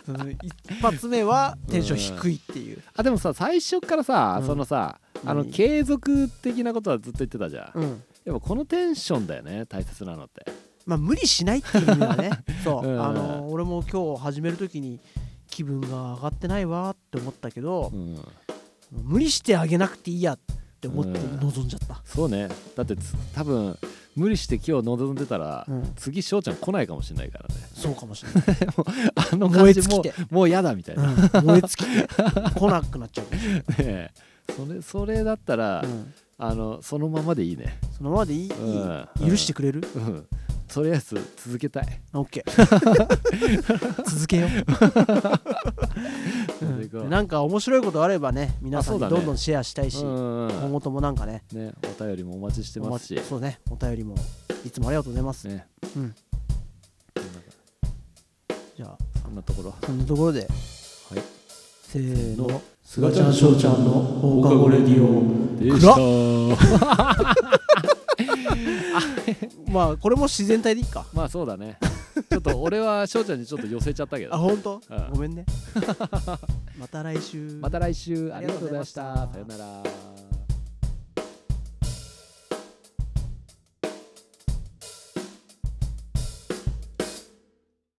[SPEAKER 1] その一発目はテンション低いっていう、
[SPEAKER 2] あ、でもさ、最初からさ、
[SPEAKER 1] うん
[SPEAKER 2] そのさ、あの
[SPEAKER 1] 何
[SPEAKER 2] 継続的なことはずっと言ってたじゃん。
[SPEAKER 1] うん、
[SPEAKER 2] やっぱこのテンションだよね、大切なのって。
[SPEAKER 1] まあ無理しないっていう意味は ねそう、
[SPEAKER 2] うん
[SPEAKER 1] あの俺も今日始める時に気分が上がってないわって思ったけど
[SPEAKER 2] う、ん、
[SPEAKER 1] 無理してあげなくていいやって思って
[SPEAKER 2] うん
[SPEAKER 1] 望んじゃった、
[SPEAKER 2] そうね、だってつ多分無理して今日望んでたら、
[SPEAKER 1] うん
[SPEAKER 2] 次翔ちゃん来ないかもしれないから ね
[SPEAKER 1] そうかもしれない、
[SPEAKER 2] あの感じ
[SPEAKER 1] 燃え尽き
[SPEAKER 2] も
[SPEAKER 1] て
[SPEAKER 2] うもう嫌だみたい な、ね
[SPEAKER 1] うん燃え尽きて 来なくなっちゃうかもしれ
[SPEAKER 2] えそれそれだったら、
[SPEAKER 1] ない、うん
[SPEAKER 2] あのそのままでいいね、
[SPEAKER 1] そのままでいい、
[SPEAKER 2] うん
[SPEAKER 1] いい許してくれる、
[SPEAKER 2] うん、とりあえず続けたい、
[SPEAKER 1] オッケー 続けよう、
[SPEAKER 2] 続けよう
[SPEAKER 1] うんなんか面白いことあればね皆さん
[SPEAKER 2] あ
[SPEAKER 1] に
[SPEAKER 2] そうだね
[SPEAKER 1] どんどんシェアしたいし、
[SPEAKER 2] うんうん
[SPEAKER 1] 今後ともなんかね
[SPEAKER 2] うんね、お便りもお待ちしてますし
[SPEAKER 1] おまそうねお便りもいつもありがとうございます、
[SPEAKER 2] ね
[SPEAKER 1] うん
[SPEAKER 2] そんな
[SPEAKER 1] じゃあ
[SPEAKER 2] そんなところ
[SPEAKER 1] そんなところで
[SPEAKER 2] はい
[SPEAKER 1] せーのす
[SPEAKER 2] がちゃんし
[SPEAKER 1] ょうちゃんの放
[SPEAKER 2] 課後レディ
[SPEAKER 1] オ
[SPEAKER 2] で
[SPEAKER 1] したまあこれも自然体でいいか
[SPEAKER 2] まあそうだね ちょっと俺は翔ちゃんにちょっと寄せちゃったけ
[SPEAKER 1] あ
[SPEAKER 2] ど
[SPEAKER 1] 本当、
[SPEAKER 2] うん
[SPEAKER 1] ごめんね また来週
[SPEAKER 2] また来週
[SPEAKER 1] あ
[SPEAKER 2] あ
[SPEAKER 1] り
[SPEAKER 2] り
[SPEAKER 1] がと
[SPEAKER 2] がと
[SPEAKER 1] う
[SPEAKER 2] う
[SPEAKER 1] ござい
[SPEAKER 2] ござい
[SPEAKER 1] ま
[SPEAKER 2] ま
[SPEAKER 1] し
[SPEAKER 2] したたさよなら